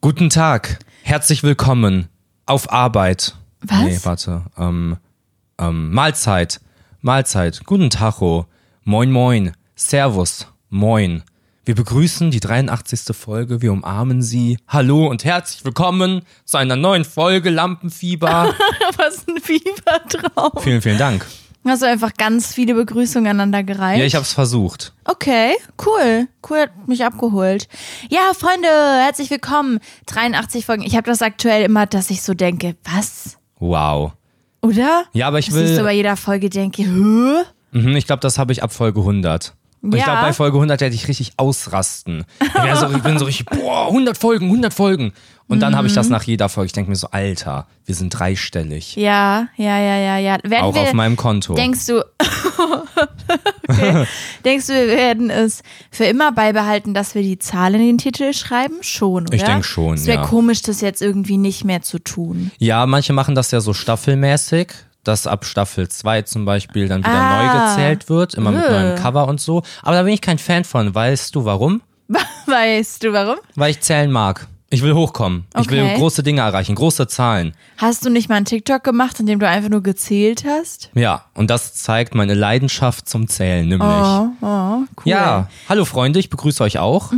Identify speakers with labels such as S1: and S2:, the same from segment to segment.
S1: Guten Tag, herzlich willkommen auf Arbeit.
S2: Was?
S1: Nee, warte. Ähm, ähm, Mahlzeit, Mahlzeit, guten Tacho, moin moin, servus, moin. Wir begrüßen die 83. Folge, wir umarmen Sie. Hallo und herzlich willkommen zu einer neuen Folge Lampenfieber.
S2: Was ein Fieber drauf.
S1: vielen, vielen Dank.
S2: Hast du einfach ganz viele Begrüßungen aneinander gereiht?
S1: Ja, ich hab's versucht.
S2: Okay, cool. Cool hat mich abgeholt. Ja, Freunde, herzlich willkommen. 83 Folgen. Ich habe das aktuell immer, dass ich so denke, was?
S1: Wow.
S2: Oder?
S1: Ja, aber ich
S2: Dass ich so
S1: will,
S2: bei jeder Folge denke, hä?
S1: Mhm, ich glaube, das habe ich ab Folge 100. Und ich
S2: Ja.
S1: glaube, bei Folge 100 werde ich richtig ausrasten. Ich, wär so, ich bin so richtig, boah, 100 Folgen, 100 Folgen. Und dann habe ich
S2: Mhm.
S1: das nach jeder Folge. Ich denke mir so, Alter, wir sind dreistellig.
S2: Ja, ja, ja, ja, ja. Werden
S1: auch
S2: wir,
S1: auf meinem Konto.
S2: Denkst du, okay. denkst du, wir werden es für immer beibehalten, dass wir die Zahl in den Titel schreiben? Schon, oder?
S1: Ich denk schon,
S2: Es wäre
S1: ja.
S2: komisch, das jetzt irgendwie nicht mehr zu tun.
S1: Ja, manche machen das ja so staffelmäßig, dass ab Staffel 2 zum Beispiel dann wieder
S2: Ah.
S1: neu gezählt wird, immer mit
S2: Äh.
S1: neuem Cover und so. Aber da bin ich kein Fan von. Weißt du warum?
S2: Weißt du warum?
S1: Weil ich zählen mag. Ich will hochkommen. Ich will
S2: Okay.
S1: große Dinge erreichen, große Zahlen.
S2: Hast du nicht mal einen TikTok gemacht, in dem du einfach nur gezählt hast?
S1: Ja, und das zeigt meine Leidenschaft zum Zählen, nämlich.
S2: Oh, oh, cool. Mhm.
S1: Ja, hallo Freunde, ich begrüße euch auch.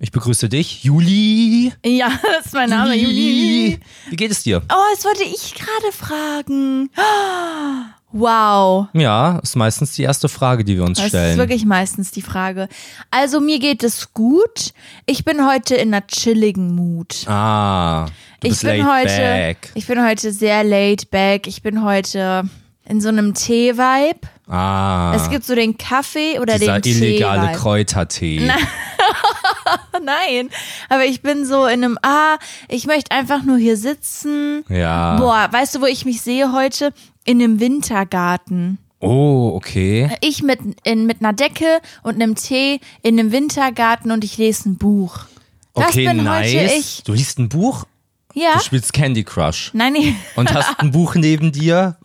S1: Ich begrüße dich, Juli.
S2: Ja, das ist mein Name, Juli.
S1: Wie geht es dir?
S2: Oh, das wollte ich gerade fragen. Wow.
S1: Ja, ist meistens die erste Frage, die wir uns
S2: Das ist
S1: stellen.
S2: wirklich meistens die Frage. Also mir geht es gut. Ich bin heute in einer chilligen Mut.
S1: ah, du
S2: Ich
S1: bist
S2: bin
S1: laid
S2: heute,
S1: back.
S2: ich bin heute sehr laid back. Ich bin heute in so einem Tee-Vibe.
S1: Ah,
S2: Es gibt so den Kaffee oder
S1: dieser
S2: den Tee.
S1: illegale Kräutertee.
S2: Nein, aber ich bin so in einem, ah, ich möchte einfach nur hier sitzen.
S1: Ja.
S2: Boah, weißt du, wo ich mich sehe heute? In einem Wintergarten.
S1: Oh, okay.
S2: Ich mit, in, mit einer Decke und einem Tee in einem Wintergarten und ich lese ein Buch. Das
S1: Okay,
S2: bin
S1: nice.
S2: heute ich.
S1: Du liest ein Buch,
S2: Ja.
S1: du spielst Candy Crush
S2: Nein, ich,
S1: und hast ein Buch neben dir,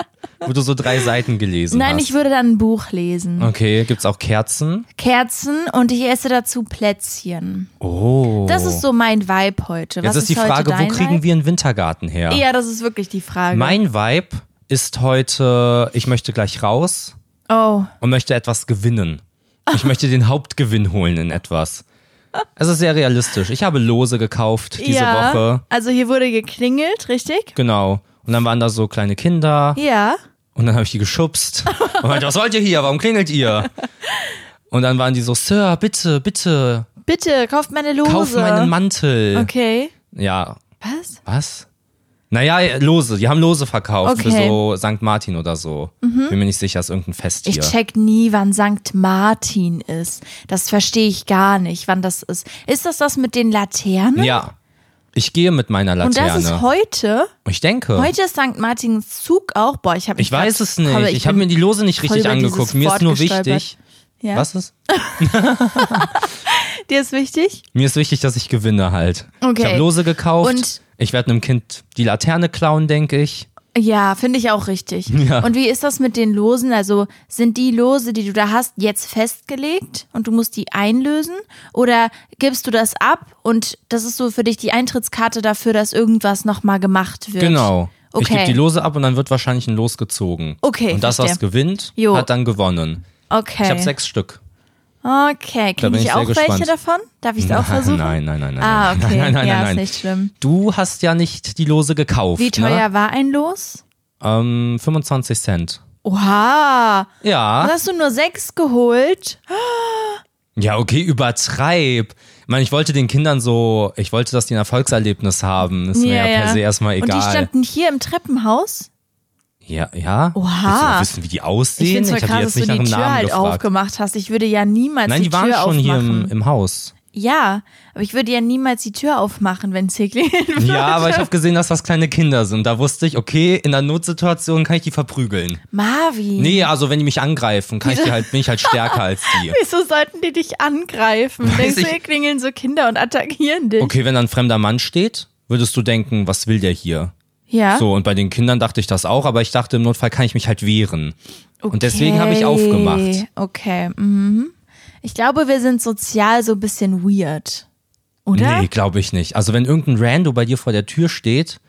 S1: wo du so drei Seiten gelesen
S2: nein,
S1: hast.
S2: ich würde dann ein Buch lesen.
S1: okay, gibt's auch Kerzen?
S2: Kerzen und ich esse dazu Plätzchen.
S1: Oh.
S2: Das ist so mein Vibe heute.
S1: Jetzt
S2: Was
S1: ist die
S2: heute
S1: Frage, wo
S2: dein
S1: kriegen wir einen Wintergarten her?
S2: Vibe? Ja, das ist wirklich die Frage.
S1: Mein Vibe ist heute, ich möchte gleich raus
S2: oh,
S1: und möchte etwas gewinnen. Ich möchte den Hauptgewinn holen in etwas. Es ist sehr realistisch. Ich habe Lose gekauft diese
S2: ja.
S1: Woche.
S2: Also hier wurde geklingelt, richtig?
S1: Genau. Und dann waren da so kleine Kinder
S2: Ja.
S1: und dann habe ich die geschubst. Und meinte, was wollt ihr hier? Warum klingelt ihr? Und dann waren die so, Sir, bitte, bitte,
S2: Bitte, kauft meine Lose.
S1: kauf meinen Mantel.
S2: Okay.
S1: Ja,
S2: Was?
S1: Was? Naja, Lose. Die haben Lose verkauft für
S2: Okay. Mhm.
S1: so St. Martin oder so. Bin mir nicht sicher, ist irgendein Fest
S2: Ich
S1: hier.
S2: check nie, wann Sankt Martin ist. Das verstehe ich gar nicht, wann das ist. Ist das das mit den Laternen?
S1: ja. Ich gehe mit meiner
S2: Und das
S1: Laterne.
S2: ist heute.
S1: ich denke.
S2: Heute ist Sankt Martins Zug auch. Boah, ich habe
S1: ich weiß es nicht. Ich, habe
S2: bin-
S1: mir die Lose nicht richtig
S2: über dieses
S1: angeguckt. Mir ist
S2: Wort
S1: nur
S2: gestolpert.
S1: wichtig.
S2: ja.
S1: Was ist?
S2: Dir ist wichtig?
S1: Mir ist wichtig, dass ich gewinne halt.
S2: Okay.
S1: Ich habe Lose gekauft.
S2: Und-
S1: ich werde einem Kind die Laterne klauen, denke ich.
S2: Ja, finde ich auch richtig.
S1: Ja.
S2: Und wie ist das mit den Losen? Also sind die Lose, die du da hast, jetzt festgelegt und du musst die einlösen? Oder gibst du das ab und das ist so für dich die Eintrittskarte dafür, dass irgendwas nochmal gemacht wird?
S1: Genau. Ich gebe
S2: Okay.
S1: die Lose ab und dann wird wahrscheinlich ein Los gezogen.
S2: Okay,
S1: Und das, was
S2: verstehe.
S1: gewinnt,
S2: Jo.
S1: hat dann gewonnen.
S2: Okay.
S1: Ich habe sechs Stück.
S2: Okay,
S1: bin ich
S2: kriege ich
S1: sehr
S2: auch welche
S1: gespannt.
S2: davon? Darf ich es auch versuchen?
S1: Nein, nein, nein, nein.
S2: Ah,
S1: nein,
S2: okay.
S1: Nein, nein,
S2: ja,
S1: nein,
S2: ist
S1: nein.
S2: nicht schlimm.
S1: Du hast ja nicht die Lose gekauft.
S2: Wie teuer war ein Los?
S1: Ne? Ähm, 25 Cent.
S2: Oha,
S1: Ja.
S2: hast du nur sechs geholt?
S1: Ja, okay, übertreib. Ich meine, ich wollte den Kindern so, ich wollte, dass die ein Erfolgserlebnis haben. Ist mir ja, per se erstmal
S2: Und die
S1: egal.
S2: standen hier im Treppenhaus?
S1: ja, ja.
S2: Oha.
S1: Willst du noch wissen, wie die
S2: Ich
S1: aussehen?
S2: finde es
S1: hab
S2: krass,
S1: die jetzt
S2: dass du
S1: nicht nach
S2: die
S1: dem
S2: Tür
S1: Namen
S2: halt
S1: gefragt.
S2: aufgemacht hast. Ich würde ja niemals
S1: Nein,
S2: die
S1: die waren
S2: Tür
S1: schon hier
S2: aufmachen.
S1: im, im Haus.
S2: ja, aber ich würde ja niemals die Tür aufmachen, wenn es hier klingelt. würde.
S1: Ja, aber ich habe gesehen, dass das kleine Kinder sind. Da wusste ich, okay, in einer Notsituation kann ich die verprügeln.
S2: Marvin,
S1: Nee, also wenn die mich angreifen, kann ich die halt, bin ich halt stärker als die.
S2: wieso sollten die dich angreifen? Denkst du,
S1: ich-
S2: hier klingeln so Kinder und attackieren dich?
S1: Okay, wenn da ein fremder Mann steht, würdest du denken, was will der hier?
S2: Ja.
S1: So, und bei den Kindern dachte ich das auch, aber ich dachte, im Notfall kann ich mich halt wehren. Und deswegen habe ich
S2: Okay.
S1: aufgemacht.
S2: Okay. Mhm. Ich glaube, wir sind sozial so ein bisschen weird. Oder?
S1: Nee, glaube ich nicht. Also wenn irgendein Rando bei dir vor der Tür steht,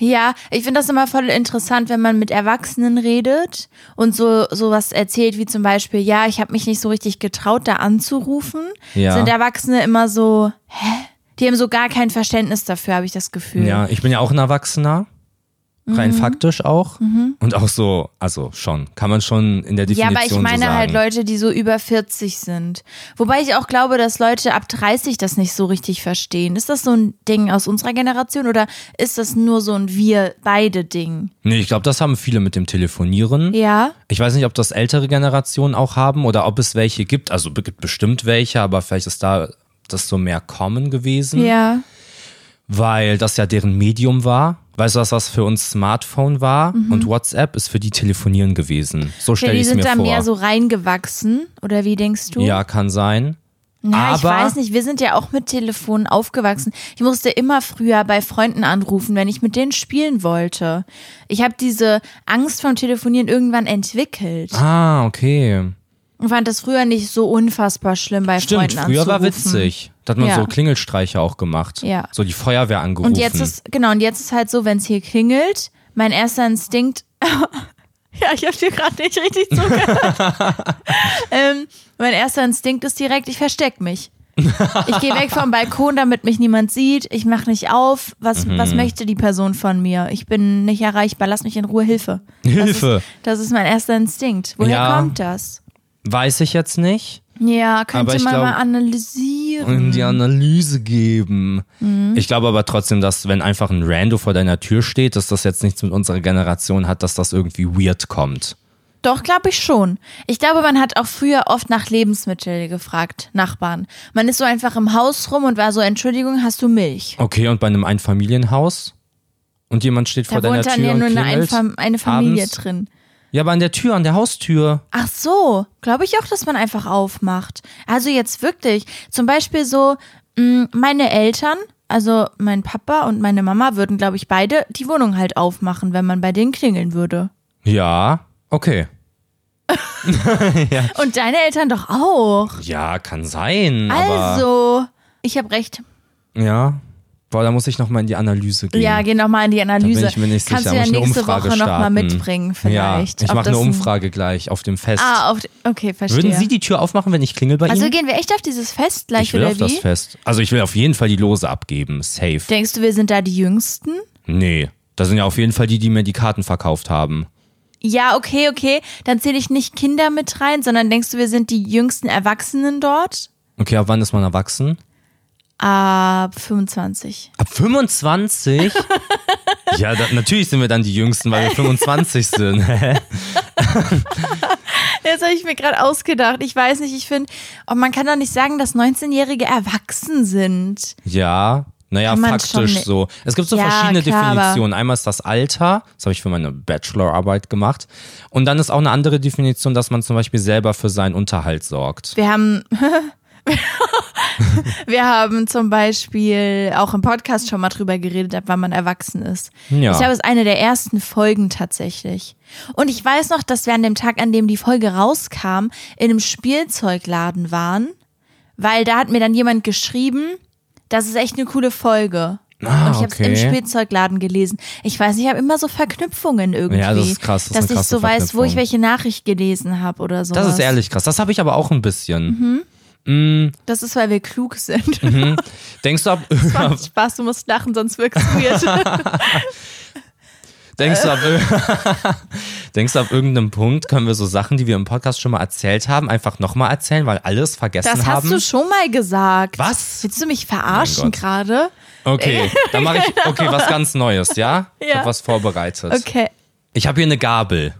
S2: Ja, ich finde das immer voll interessant, wenn man mit Erwachsenen redet und so sowas erzählt, wie zum Beispiel, ja, ich habe mich nicht so richtig getraut, da anzurufen.
S1: Ja.
S2: Sind Erwachsene immer so, hä? Die haben so gar kein Verständnis dafür, habe ich das Gefühl.
S1: ja, ich bin ja auch ein Erwachsener.
S2: Mhm.
S1: Rein faktisch auch. Und auch so, also schon, kann man schon in der
S2: Ja,
S1: Definition
S2: aber ich meine
S1: so sagen.
S2: halt Leute, die so über 40 sind. Wobei ich auch glaube, dass Leute ab 30 das nicht so richtig verstehen. Ist das so ein Ding aus unserer Generation oder ist das nur so ein wir beide Ding?
S1: Nee, ich glaube, das haben viele mit dem Telefonieren.
S2: Ja.
S1: Ich weiß nicht, ob das ältere Generationen auch haben oder ob es welche gibt. Also be- gibt bestimmt welche, aber vielleicht ist da das so mehr kommen gewesen,
S2: Ja.
S1: weil das ja deren Medium war. Weißt du, was was für uns Smartphone war und WhatsApp ist für die Telefonieren gewesen. So
S2: Mhm. Ja,
S1: stelle
S2: die
S1: ich es
S2: sind
S1: mir
S2: da
S1: vor.
S2: mehr so reingewachsen, oder wie denkst du?
S1: ja, kann sein.
S2: Na,
S1: aber
S2: ich weiß nicht, wir sind ja auch mit Telefonen aufgewachsen. Ich musste immer früher bei Freunden anrufen, wenn ich mit denen spielen wollte. Ich habe diese Angst vom Telefonieren irgendwann entwickelt
S1: Ah, okay.
S2: und fand das früher nicht so unfassbar schlimm bei
S1: Stimmt,
S2: Freunden
S1: früher war
S2: anzurufen.
S1: witzig. Da hat man
S2: Ja.
S1: so Klingelstreiche auch gemacht.
S2: Ja.
S1: So die Feuerwehr angerufen.
S2: Und jetzt ist genau und jetzt ist halt so, wenn es hier klingelt, mein erster Instinkt. ja, ich habe dir gerade nicht richtig zugehört. ähm, mein erster Instinkt ist direkt, ich versteck mich. Ich gehe weg vom Balkon, damit mich niemand sieht. Ich mache nicht auf. Was,
S1: Mhm.
S2: was möchte die Person von mir? Ich bin nicht erreichbar. Lass mich in Ruhe. Hilfe.
S1: Hilfe.
S2: Das ist, das ist mein erster Instinkt. Woher
S1: Ja.
S2: kommt das?
S1: Weiß ich jetzt nicht.
S2: Ja, könnte
S1: Aber ich
S2: man
S1: glaub-
S2: mal analysieren.
S1: in die Analyse geben.
S2: Mhm.
S1: Ich glaube aber trotzdem, dass wenn einfach ein Rando vor deiner Tür steht, dass das jetzt nichts mit unserer Generation hat, dass das irgendwie weird kommt.
S2: Doch, glaube ich schon. Ich glaube, man hat auch früher oft nach Lebensmitteln gefragt, Nachbarn. Man ist so einfach im Haus rum und war so, Entschuldigung, hast du Milch?
S1: Okay, und bei einem Einfamilienhaus und jemand steht vor
S2: Da
S1: deiner
S2: wohnt dann
S1: Tür
S2: ja
S1: und
S2: nur eine,
S1: klingelt.
S2: Einfam- eine Familie
S1: abends.
S2: drin.
S1: Ja, aber an der Tür, an der Haustür.
S2: Ach so, glaube ich auch, dass man einfach aufmacht. Also jetzt wirklich, zum Beispiel so, mh, meine Eltern, also mein Papa und meine Mama würden, glaube ich, beide die Wohnung halt aufmachen, wenn man bei denen klingeln würde.
S1: Ja, okay.
S2: Und deine Eltern doch auch.
S1: Ja, kann sein. aber,
S2: Also, ich habe recht.
S1: ja. Boah, da muss ich nochmal in die Analyse gehen.
S2: Ja, geh nochmal in die Analyse.
S1: Da bin ich mir nicht
S2: Kannst
S1: sicher.
S2: du ja
S1: muss ich eine
S2: nächste
S1: Umfrage
S2: Woche nochmal
S1: starten.
S2: mitbringen, vielleicht.
S1: Ja, ich
S2: Ob
S1: mache
S2: das
S1: eine
S2: ein-
S1: Umfrage gleich auf dem Fest.
S2: Ah, auf, okay, verstehe.
S1: Würden Sie die Tür aufmachen, wenn ich klingel bei
S2: also
S1: Ihnen?
S2: gehen wir echt auf dieses Fest gleich
S1: Ich will
S2: oder
S1: auf
S2: wie?
S1: das Fest. Also ich will auf jeden Fall die Lose abgeben. Safe.
S2: Denkst du, wir sind da die Jüngsten?
S1: nee. Da sind ja auf jeden Fall die, die mir die Karten verkauft haben.
S2: Ja, okay, okay. Dann zähle ich nicht Kinder mit rein, sondern denkst du, wir sind die jüngsten Erwachsenen dort?
S1: Okay, ab wann ist man erwachsen?
S2: Ab 25.
S1: Ab 25? ja, da, natürlich sind wir dann die Jüngsten, weil wir 25 sind.
S2: Das habe ich mir gerade ausgedacht. Ich weiß nicht, ich finde, oh, man kann doch nicht sagen, dass 19-Jährige erwachsen sind.
S1: ja. Naja,
S2: Kann man schon
S1: faktisch
S2: nicht.
S1: so. Es gibt so
S2: Ja,
S1: verschiedene
S2: klar, aber-
S1: Definitionen. Einmal ist das Alter, das habe ich für meine Bachelorarbeit gemacht. Und dann ist auch eine andere Definition, dass man zum Beispiel selber für seinen Unterhalt sorgt.
S2: Wir haben. Wir haben zum Beispiel auch im Podcast schon mal drüber geredet, ab wann man erwachsen ist.
S1: Ja.
S2: Ich glaube, es ist eine der ersten Folgen tatsächlich. Und ich weiß noch, dass wir an dem Tag, an dem die Folge rauskam, in einem Spielzeugladen waren, weil da hat mir dann jemand geschrieben, das ist echt eine coole Folge.
S1: Ah,
S2: Und ich habe es im
S1: okay.
S2: Spielzeugladen gelesen. Ich weiß nicht, ich habe immer so Verknüpfungen irgendwie.
S1: Ja, das ist krass, das ist eine
S2: dass ich
S1: krasse
S2: so weiß, wo ich
S1: Verknüpfung.
S2: welche Nachricht gelesen habe oder so.
S1: Das ist ehrlich krass. Das habe ich aber auch ein
S2: Mhm.
S1: bisschen.
S2: Das ist, weil wir klug sind.
S1: Denkst du ab,
S2: Macht Spaß, du musst lachen, sonst wirkst du weird.
S1: denkst du ab, denkst du ab irgendeinem Punkt können wir so Sachen, die wir im Podcast schon mal erzählt haben, einfach nochmal erzählen, weil alles vergessen
S2: Das hast
S1: haben?
S2: du schon mal gesagt.
S1: Was?
S2: Willst du mich verarschen
S1: Mein Gott.
S2: gerade?
S1: okay, dann mache ich okay was ganz Neues, ja? Ich
S2: Ja.
S1: habe was vorbereitet.
S2: Okay,
S1: Ich habe hier eine Gabel,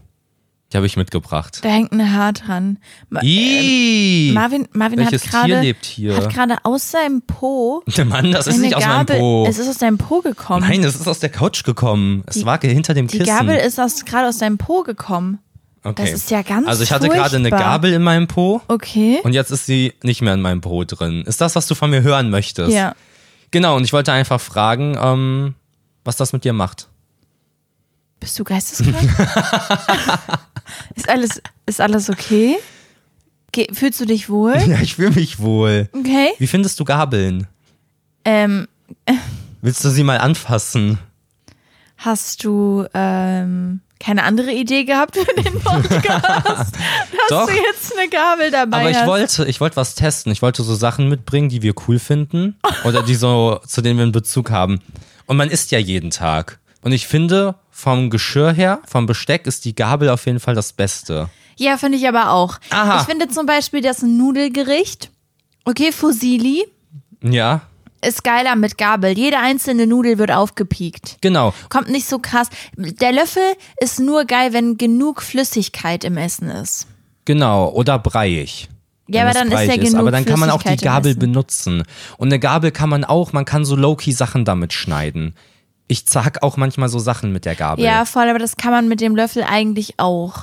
S1: die habe ich mitgebracht.
S2: da hängt ein Haar dran. Ma
S1: Ih,
S2: Marvin, Marvin hat
S1: welches Tier
S2: gerade
S1: lebt hier?
S2: hat gerade aus seinem Po
S1: Mann, das ist
S2: eine
S1: nicht aus meinem
S2: Gabel.
S1: Po.
S2: Es ist aus deinem Po gekommen.
S1: Nein, es ist aus der Couch gekommen. Es war hinter dem
S2: Die
S1: Kissen.
S2: Gabel ist aus, gerade aus deinem Po gekommen.
S1: okay.
S2: das ist ja ganz
S1: Also ich hatte gerade eine
S2: furchtbar.
S1: Gabel in meinem Po.
S2: Okay.
S1: Und jetzt ist sie nicht mehr in meinem Brot drin. Ist das, was du von mir hören möchtest?
S2: ja.
S1: Genau, und ich wollte einfach fragen, ähm, was das mit dir macht.
S2: Bist du geisteskrank? ist alles ist alles okay? Ge fühlst du dich wohl?
S1: Ja, ich fühle mich wohl.
S2: Okay.
S1: Wie findest du Gabeln?
S2: Ähm,
S1: Willst du sie mal anfassen?
S2: hast du ähm, keine andere Idee gehabt für den Podcast? dass
S1: Doch.
S2: du jetzt eine Gabel dabei
S1: Aber ich
S2: hast.
S1: wollte, ich wollte was testen. Ich wollte so Sachen mitbringen, die wir cool finden oder die so, zu denen wir einen Bezug haben. Und man isst ja jeden Tag. Und ich finde, vom Geschirr her, vom Besteck ist die Gabel auf jeden Fall das Beste.
S2: ja, finde ich aber auch.
S1: Aha.
S2: Ich finde zum Beispiel das Nudelgericht. Okay, Fusilli
S1: Ja,
S2: ist geiler mit Gabel. Jede einzelne Nudel wird aufgepiekt.
S1: genau.
S2: Kommt nicht so krass. Der Löffel ist nur geil, wenn genug Flüssigkeit im Essen ist.
S1: Genau, oder breiig.
S2: Ja,
S1: wenn
S2: aber
S1: es
S2: dann ist
S1: breiig
S2: ja genug
S1: Aber dann kann man auch die
S2: Flüssigkeit im
S1: Gabel
S2: Essen.
S1: benutzen. Und eine Gabel kann man auch, man kann so low-key Sachen damit schneiden. Ich zack auch manchmal so Sachen mit der Gabel.
S2: Ja, voll, aber das kann man mit dem Löffel eigentlich auch. Du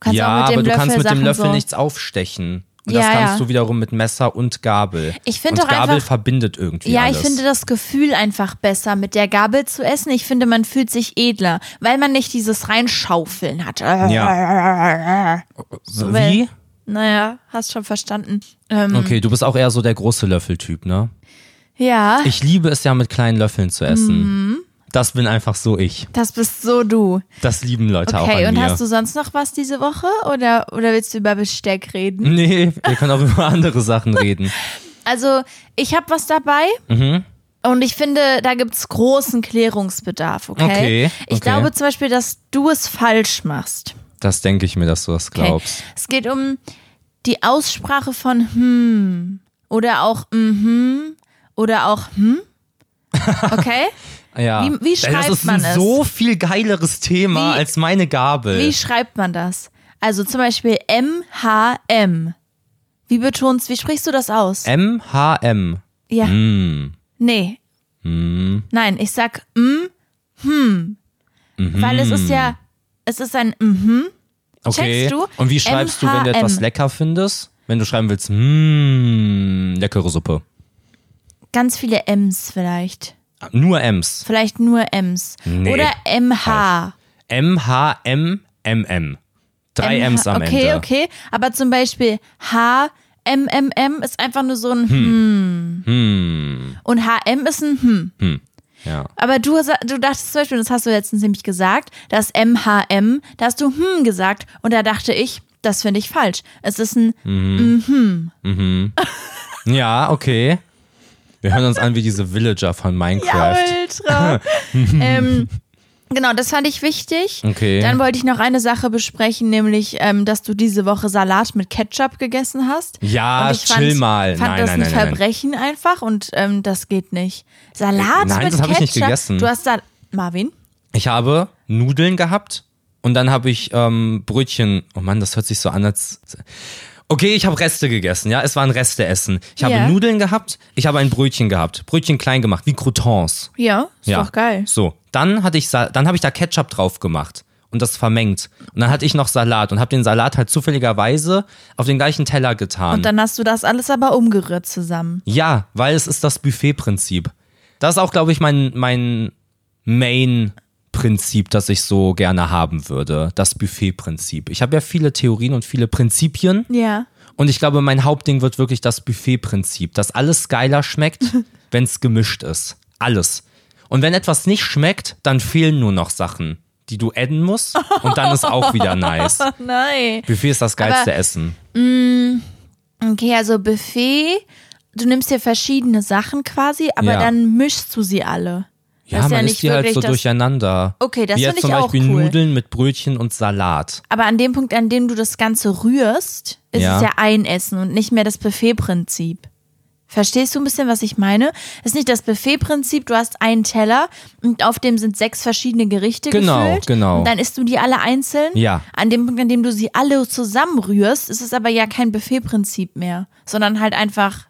S2: Kannst
S1: Ja,
S2: auch mit dem
S1: aber du
S2: Löffel
S1: kannst mit dem
S2: Sachen
S1: Löffel
S2: so.
S1: nichts aufstechen. Und das
S2: Ja,
S1: kannst
S2: ja.
S1: du wiederum mit Messer und Gabel.
S2: Ich find
S1: Und
S2: doch
S1: Gabel
S2: einfach-
S1: verbindet irgendwie
S2: Ja,
S1: alles.
S2: ich finde das Gefühl einfach besser, mit der Gabel zu essen. Ich finde, man fühlt sich edler, weil man nicht dieses Reinschaufeln hat.
S1: Ja. So,
S2: Weil-
S1: wie? Hm.
S2: Naja, hast schon verstanden. Ähm,
S1: Okay, du bist auch eher so der große Löffeltyp, ne?
S2: ja,
S1: Ich liebe es ja mit kleinen Löffeln zu essen.
S2: Mhm.
S1: Das bin einfach so ich.
S2: das bist so du.
S1: Das lieben Leute auch
S2: Okay,
S1: an
S2: und
S1: mir.
S2: hast du sonst noch was diese Woche? Oder, oder willst du über Besteck reden?
S1: nee, wir können auch über andere Sachen reden.
S2: Also, ich habe was dabei.
S1: Mhm.
S2: Und ich finde, da gibt's großen Klärungsbedarf, okay?
S1: Okay,
S2: Ich
S1: okay.
S2: glaube zum Beispiel, dass du es falsch machst.
S1: Das denke ich mir, dass du das
S2: Okay?
S1: glaubst.
S2: Es geht um die Aussprache von hm oder auch mhm oder auch hm. Okay?
S1: Ja.
S2: Wie- wie
S1: das
S2: schreibt
S1: ist
S2: man
S1: ein
S2: es?
S1: so viel geileres Thema
S2: Wie-
S1: als meine Gabel.
S2: Wie schreibt man das? Also zum Beispiel M-H-M. Wie betonst, wie sprichst du das aus?
S1: MHM.
S2: ja.
S1: Hm.
S2: Nee. Nein, ich sag mm, hm.
S1: Mhm.
S2: Weil es ist ja, es ist ein mhm.
S1: Okay.
S2: Checkst du?
S1: Und wie schreibst du, wenn du
S2: MHM?
S1: etwas lecker findest? Wenn du schreiben willst, mmm, leckere Suppe.
S2: Ganz viele M's vielleicht.
S1: Nur M's.
S2: Vielleicht nur M's.
S1: Nee,
S2: Oder MH.
S1: M, H, M, M, M. Drei
S2: MH.
S1: M's am
S2: okay,
S1: Ende.
S2: Okay, Aber zum Beispiel H, M, M, M ist einfach nur so ein hm. Und HM ist ein hm.
S1: Ja.
S2: Aber du, sa- du dachtest zum Beispiel, das hast du letztens nämlich gesagt, das MHM, da hast du hm gesagt. Und da dachte ich, das finde ich falsch. Es ist ein
S1: Ja, okay. Wir hören uns an wie diese Villager von
S2: Ja,
S1: Minecraft.
S2: ultra. ähm, genau, das fand ich wichtig.
S1: Okay.
S2: Dann wollte ich noch eine Sache besprechen, nämlich, ähm, dass du diese Woche Salat mit Ketchup gegessen hast.
S1: Ja,
S2: Und ich
S1: Ah, chill
S2: fand,
S1: mal.
S2: fand
S1: Nein,
S2: das
S1: nein, nein, nein,
S2: ein
S1: nein.
S2: Verbrechen einfach und ähm, das geht nicht. Salat
S1: Äh, Nein,
S2: mit
S1: das habe
S2: Ketchup.
S1: ich nicht gegessen.
S2: Du hast da Marvin?
S1: Ich habe Nudeln gehabt und dann habe ich ähm, Brötchen. Oh Mann, das hört sich so an, als. Okay, ich habe Reste gegessen, ja. Es waren Resteessen. Ich habe
S2: Ja.
S1: Nudeln gehabt, ich habe ein Brötchen gehabt. Brötchen klein gemacht, wie Croutons.
S2: Ja, ist
S1: ja.
S2: doch geil.
S1: So, dann hatte ich Sa dann habe ich da Ketchup drauf gemacht und das vermengt. Und dann hatte ich noch Salat und habe den Salat halt zufälligerweise auf den gleichen Teller getan.
S2: Und dann hast du das alles aber umgerührt zusammen.
S1: Ja, weil es ist das Buffet-Prinzip. Das ist auch, glaube ich, mein, mein Main-Prinzip, das ich so gerne haben würde. Das Buffet-Prinzip. Ich habe ja viele Theorien und viele Prinzipien.
S2: Ja.
S1: Und ich glaube, mein Hauptding wird wirklich das Buffet-Prinzip, dass alles geiler schmeckt, wenn es gemischt ist. Alles. Und wenn etwas nicht schmeckt, dann fehlen nur noch Sachen, die du adden musst. Und dann ist auch wieder nice.
S2: Oh, Nein.
S1: Buffet ist das geilste Essen.
S2: Okay, also Buffet, du nimmst dir verschiedene Sachen quasi, aber
S1: Ja.
S2: dann mischst du sie alle.
S1: Ja,
S2: Das ist
S1: man
S2: ja
S1: isst
S2: nicht
S1: die halt
S2: wirklich
S1: so
S2: das-
S1: durcheinander.
S2: Okay, das
S1: Wie
S2: finde
S1: jetzt
S2: ich
S1: zum
S2: auch
S1: Beispiel
S2: cool.
S1: Nudeln mit Brötchen und Salat.
S2: Aber an dem Punkt, an dem du das Ganze rührst, ist
S1: Ja.
S2: es ja ein Essen und nicht mehr das Buffet-Prinzip. Verstehst du ein bisschen, was ich meine? Ist nicht das Buffet-Prinzip, du hast einen Teller und auf dem sind sechs verschiedene Gerichte
S1: Genau,
S2: gefüllt.
S1: genau.
S2: Und dann isst du die alle einzeln.
S1: Ja.
S2: An dem Punkt, an dem du sie alle zusammenrührst, ist es aber ja kein Buffet-Prinzip mehr, sondern halt einfach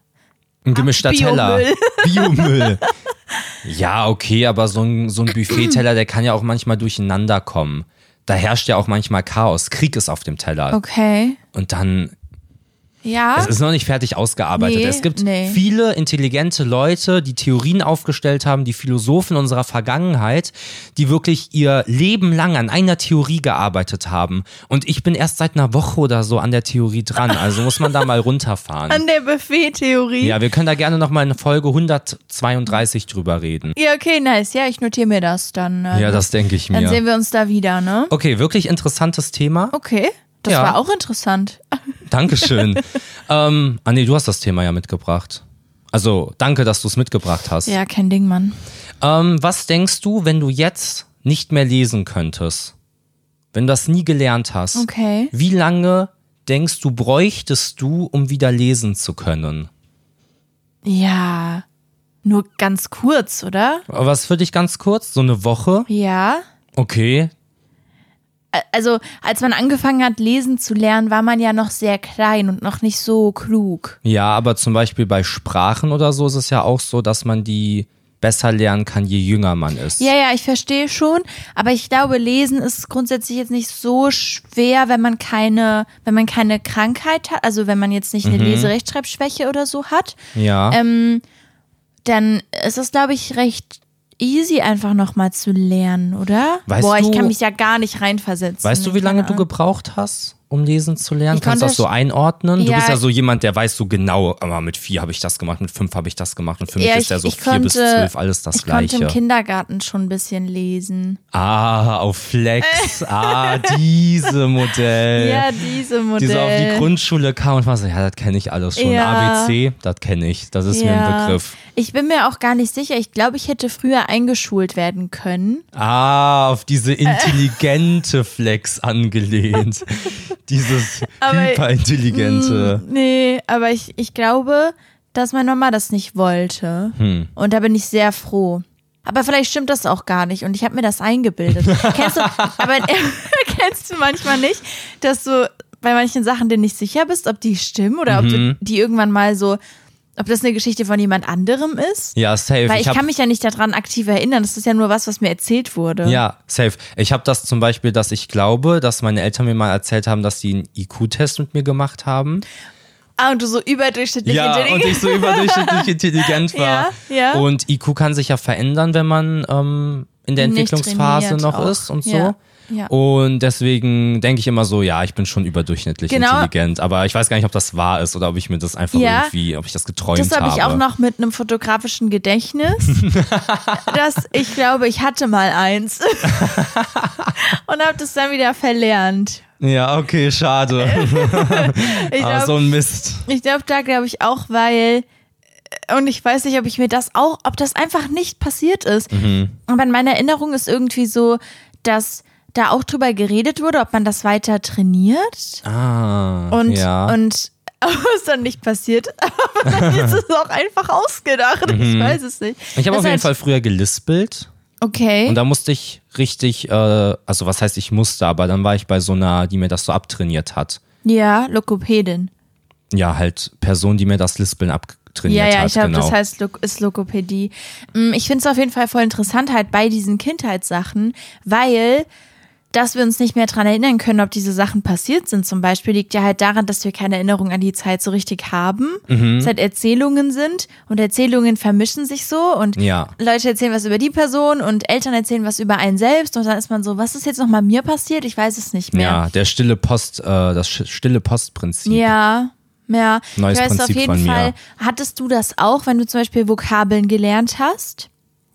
S1: Ein gemischter
S2: Biomüll.
S1: Teller. Biomüll. ja, okay, aber so ein, so ein Buffet-Teller, der kann ja auch manchmal durcheinander kommen. Da herrscht ja auch manchmal Chaos. Krieg ist auf dem Teller.
S2: okay.
S1: Und dann
S2: Ja.
S1: Es ist noch nicht fertig ausgearbeitet.
S2: Nee,
S1: es gibt
S2: nee.
S1: viele intelligente Leute, die Theorien aufgestellt haben, die Philosophen unserer Vergangenheit, die wirklich ihr Leben lang an einer Theorie gearbeitet haben. Und ich bin erst seit einer Woche oder so an der Theorie dran. Also muss man da mal runterfahren.
S2: An der Buffet-Theorie.
S1: Ja, wir können da gerne nochmal in Folge 132 drüber reden.
S2: Ja, okay, nice. Ja, ich notiere mir das dann. äh,
S1: Ja, das denke ich
S2: Dann
S1: mir.
S2: sehen wir uns da wieder, ne?
S1: Okay, wirklich interessantes Thema.
S2: Okay. Das
S1: Ja.
S2: war auch interessant.
S1: Dankeschön. ähm, ah nee, du hast das Thema ja mitgebracht. Also danke, dass du es mitgebracht hast.
S2: Ja, kein Ding, Mann.
S1: Ähm, was denkst du, wenn du jetzt nicht mehr lesen könntest? Wenn du das nie gelernt hast?
S2: Okay.
S1: Wie lange denkst du, bräuchtest du, um wieder lesen zu können?
S2: Ja. Nur ganz kurz, oder?
S1: Aber Was für dich ganz kurz? So eine Woche?
S2: Ja.
S1: Okay.
S2: Ä- Also, als man angefangen hat, lesen zu lernen, war man ja noch sehr klein und noch nicht so klug.
S1: Ja, aber zum Beispiel bei Sprachen oder so ist es ja auch so, dass man die besser lernen kann, je jünger man ist.
S2: Ja, ja, ich verstehe schon. Aber ich glaube, lesen ist grundsätzlich jetzt nicht so schwer, wenn man keine, wenn man keine Krankheit hat. Also, wenn man jetzt nicht eine Leserechtschreibschwäche oder so hat.
S1: Ja.
S2: Ähm, dann ist es, glaube ich, recht easy, einfach nochmal zu lernen, oder?
S1: Weißt
S2: Boah, ich
S1: du-
S2: kann mich ja gar nicht reinversetzen.
S1: Weißt du, wie lange du gebraucht hast, um lesen zu lernen?
S2: Ich
S1: Kannst du das
S2: konnte
S1: so einordnern? du
S2: Ja,
S1: bist ja
S2: ich-
S1: so jemand, der weiß so genau, aber mit vier habe ich das gemacht, mit fünf habe ich das gemacht und für mich
S2: Ja,
S1: ist ja
S2: ich-
S1: so
S2: ich
S1: vier
S2: konnte-
S1: bis zwölf alles das
S2: ich
S1: Gleiche.
S2: konnte im Kindergarten schon ein bisschen lesen.
S1: ah, auf Flex. ah, diese Modell.
S2: Ja, diese Modell.
S1: Die so auf Äh, die Grundschule kam und war so, ja, das kenne ich alles schon.
S2: Ja.
S1: ABC, das kenne ich. Das ist mir ein Begriff.
S2: Ich bin mir auch gar nicht sicher. Ich glaube, ich hätte früher eingeschult werden können.
S1: Ah, auf diese intelligente Flex angelehnt. Dieses
S2: Aber- hm.
S1: hyperintelligente.
S2: Nee, aber ich, ich glaube, dass meine Mama das nicht wollte.
S1: Hm.
S2: Und da bin ich sehr froh. Aber vielleicht stimmt das auch gar nicht und ich habe mir das eingebildet. kennst du, aber kennst du manchmal nicht, dass du bei manchen Sachen dir nicht sicher bist, ob die stimmen oder ob
S1: Mhm.
S2: du die irgendwann mal so, ob das eine Geschichte von jemand anderem ist?
S1: Ja, safe.
S2: Weil ich,
S1: hab-
S2: kann mich ja nicht daran aktiv erinnern. Das ist ja nur was, was mir erzählt wurde.
S1: Ja, safe. Ich habe das zum Beispiel, dass ich glaube, dass meine Eltern mir mal erzählt haben, dass die einen IQ-Test mit mir gemacht haben.
S2: Ah, und du so überdurchschnittlich
S1: ja, und ich so überdurchschnittlich intelligent war.
S2: Ja, ja.
S1: Und IQ kann sich ja verändern, wenn man ähm, in der
S2: Nicht
S1: Entwicklungsphase
S2: trainiert
S1: noch
S2: auch.
S1: ist und so.
S2: Ja, ja.
S1: Und deswegen denke ich immer so, ja, ich bin schon überdurchschnittlich
S2: Genau.
S1: intelligent. Aber ich weiß gar nicht, ob das wahr ist oder ob ich mir das einfach
S2: Ja.
S1: irgendwie, ob ich das geträumt
S2: Das
S1: habe.
S2: habe ich auch noch mit einem fotografischen Gedächtnis. das, ich glaube, ich hatte mal eins. und habe das dann wieder verlernt.
S1: Ja, okay, schade.
S2: Ich
S1: ah,
S2: glaube,
S1: so ein Mist.
S2: ich glaub, da glaube ich auch, weil. Und ich weiß nicht, ob ich mir das auch, ob das einfach nicht passiert ist.
S1: Mhm.
S2: Aber in meiner Erinnerung ist irgendwie so, dass da auch drüber geredet wurde, ob man das weiter trainiert.
S1: Ah,
S2: Und,
S1: ja.
S2: und ist dann nicht passiert. Aber dann ist es auch einfach ausgedacht. Ich weiß es nicht.
S1: Mhm. ich habe
S2: Das
S1: auf
S2: ist
S1: jeden
S2: halt-
S1: Fall früher gelispelt.
S2: Okay.
S1: Und da musste ich richtig, äh, also was heißt ich musste, aber dann war ich bei so einer, die mir das so abtrainiert hat.
S2: ja, Lokopädin.
S1: Ja, halt Person, die mir das Lispeln abtrainiert
S2: Ja, ja,
S1: hat.
S2: ich glaube,
S1: genau.
S2: das halt heißt Lok ist Lokopädie. Mm, Ich finde es auf jeden Fall voll interessant halt bei diesen Kindheitssachen, weil dass wir uns nicht mehr dran erinnern können, ob diese Sachen passiert sind. Zum Beispiel liegt ja halt daran, dass wir keine Erinnerung an die Zeit so richtig haben.
S1: Mhm.
S2: Es halt Erzählungen sind und Erzählungen vermischen sich so und
S1: Ja.
S2: Leute erzählen was über die Person und Eltern erzählen was über einen selbst und dann ist man so, was ist jetzt nochmal mir passiert? Ich weiß es nicht mehr.
S1: ja, der stille Post, äh, das sch- stille Postprinzip.
S2: Ja, ja.
S1: Neues
S2: ich weiß
S1: Prinzip
S2: auf jeden
S1: von mir.
S2: Fall, hattest du das auch, wenn du zum Beispiel Vokabeln gelernt hast?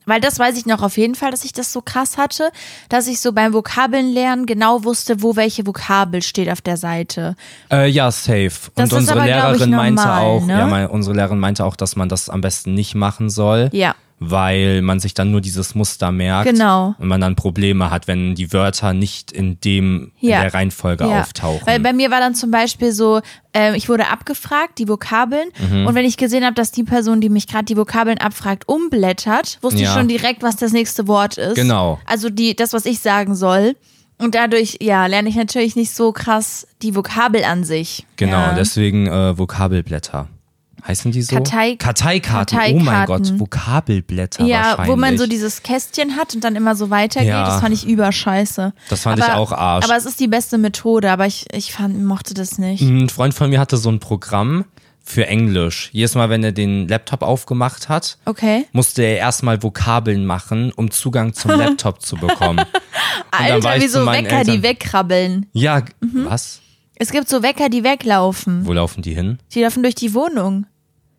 S2: Weil das weiß ich noch auf jeden Fall, dass ich das so krass hatte, dass ich so beim Vokabeln lernen genau wusste, wo welche Vokabel steht auf der Seite.
S1: Äh, ja, safe.
S2: Das
S1: Und
S2: ist
S1: unsere
S2: aber, glaub ich,
S1: Lehrerin meinte
S2: normal,
S1: auch,
S2: ne?
S1: ja, meine, unsere Lehrerin meinte auch, dass man das am besten nicht machen soll.
S2: Ja.
S1: Weil man sich dann nur dieses Muster merkt
S2: Genau.
S1: und man dann Probleme hat, wenn die Wörter nicht in dem
S2: Ja.
S1: in der Reihenfolge auftauchen.
S2: Weil bei mir war dann zum Beispiel so, äh, ich wurde abgefragt, die Vokabeln,
S1: Mhm.
S2: und wenn ich gesehen habe, dass die Person, die mich gerade die Vokabeln abfragt, umblättert, wusste ich
S1: Ja.
S2: schon direkt, was das nächste Wort ist.
S1: Genau.
S2: Also die, das, was ich sagen soll. Und dadurch, ja, lerne ich natürlich nicht so krass die Vokabel an sich.
S1: genau,
S2: Ja.
S1: deswegen äh, Vokabelblätter. Heißen die so?
S2: Kartei-
S1: Karteikarten. Oh
S2: Karteikarten.
S1: mein Gott, Vokabelblätter
S2: Ja,
S1: wahrscheinlich.
S2: wo man so dieses Kästchen hat und dann immer so weitergeht,
S1: Ja.
S2: das fand ich überscheiße.
S1: Das fand ich
S2: aber,
S1: auch Arsch.
S2: Aber es ist die beste Methode, aber ich, ich fand, mochte das nicht.
S1: Ein Freund von mir hatte so ein Programm für Englisch. Jedes Mal, wenn er den Laptop aufgemacht hat,
S2: Okay.
S1: musste er erstmal Vokabeln machen, um Zugang zum Laptop zu bekommen. Und dann war
S2: Alter,
S1: ich
S2: wie
S1: zu
S2: so Wecker,
S1: meinen
S2: die
S1: Eltern-
S2: wegkrabbeln.
S1: Ja, g-
S2: Mhm.
S1: was?
S2: Es gibt so Wecker, die weglaufen.
S1: Wo laufen die hin?
S2: Die laufen durch die Wohnung,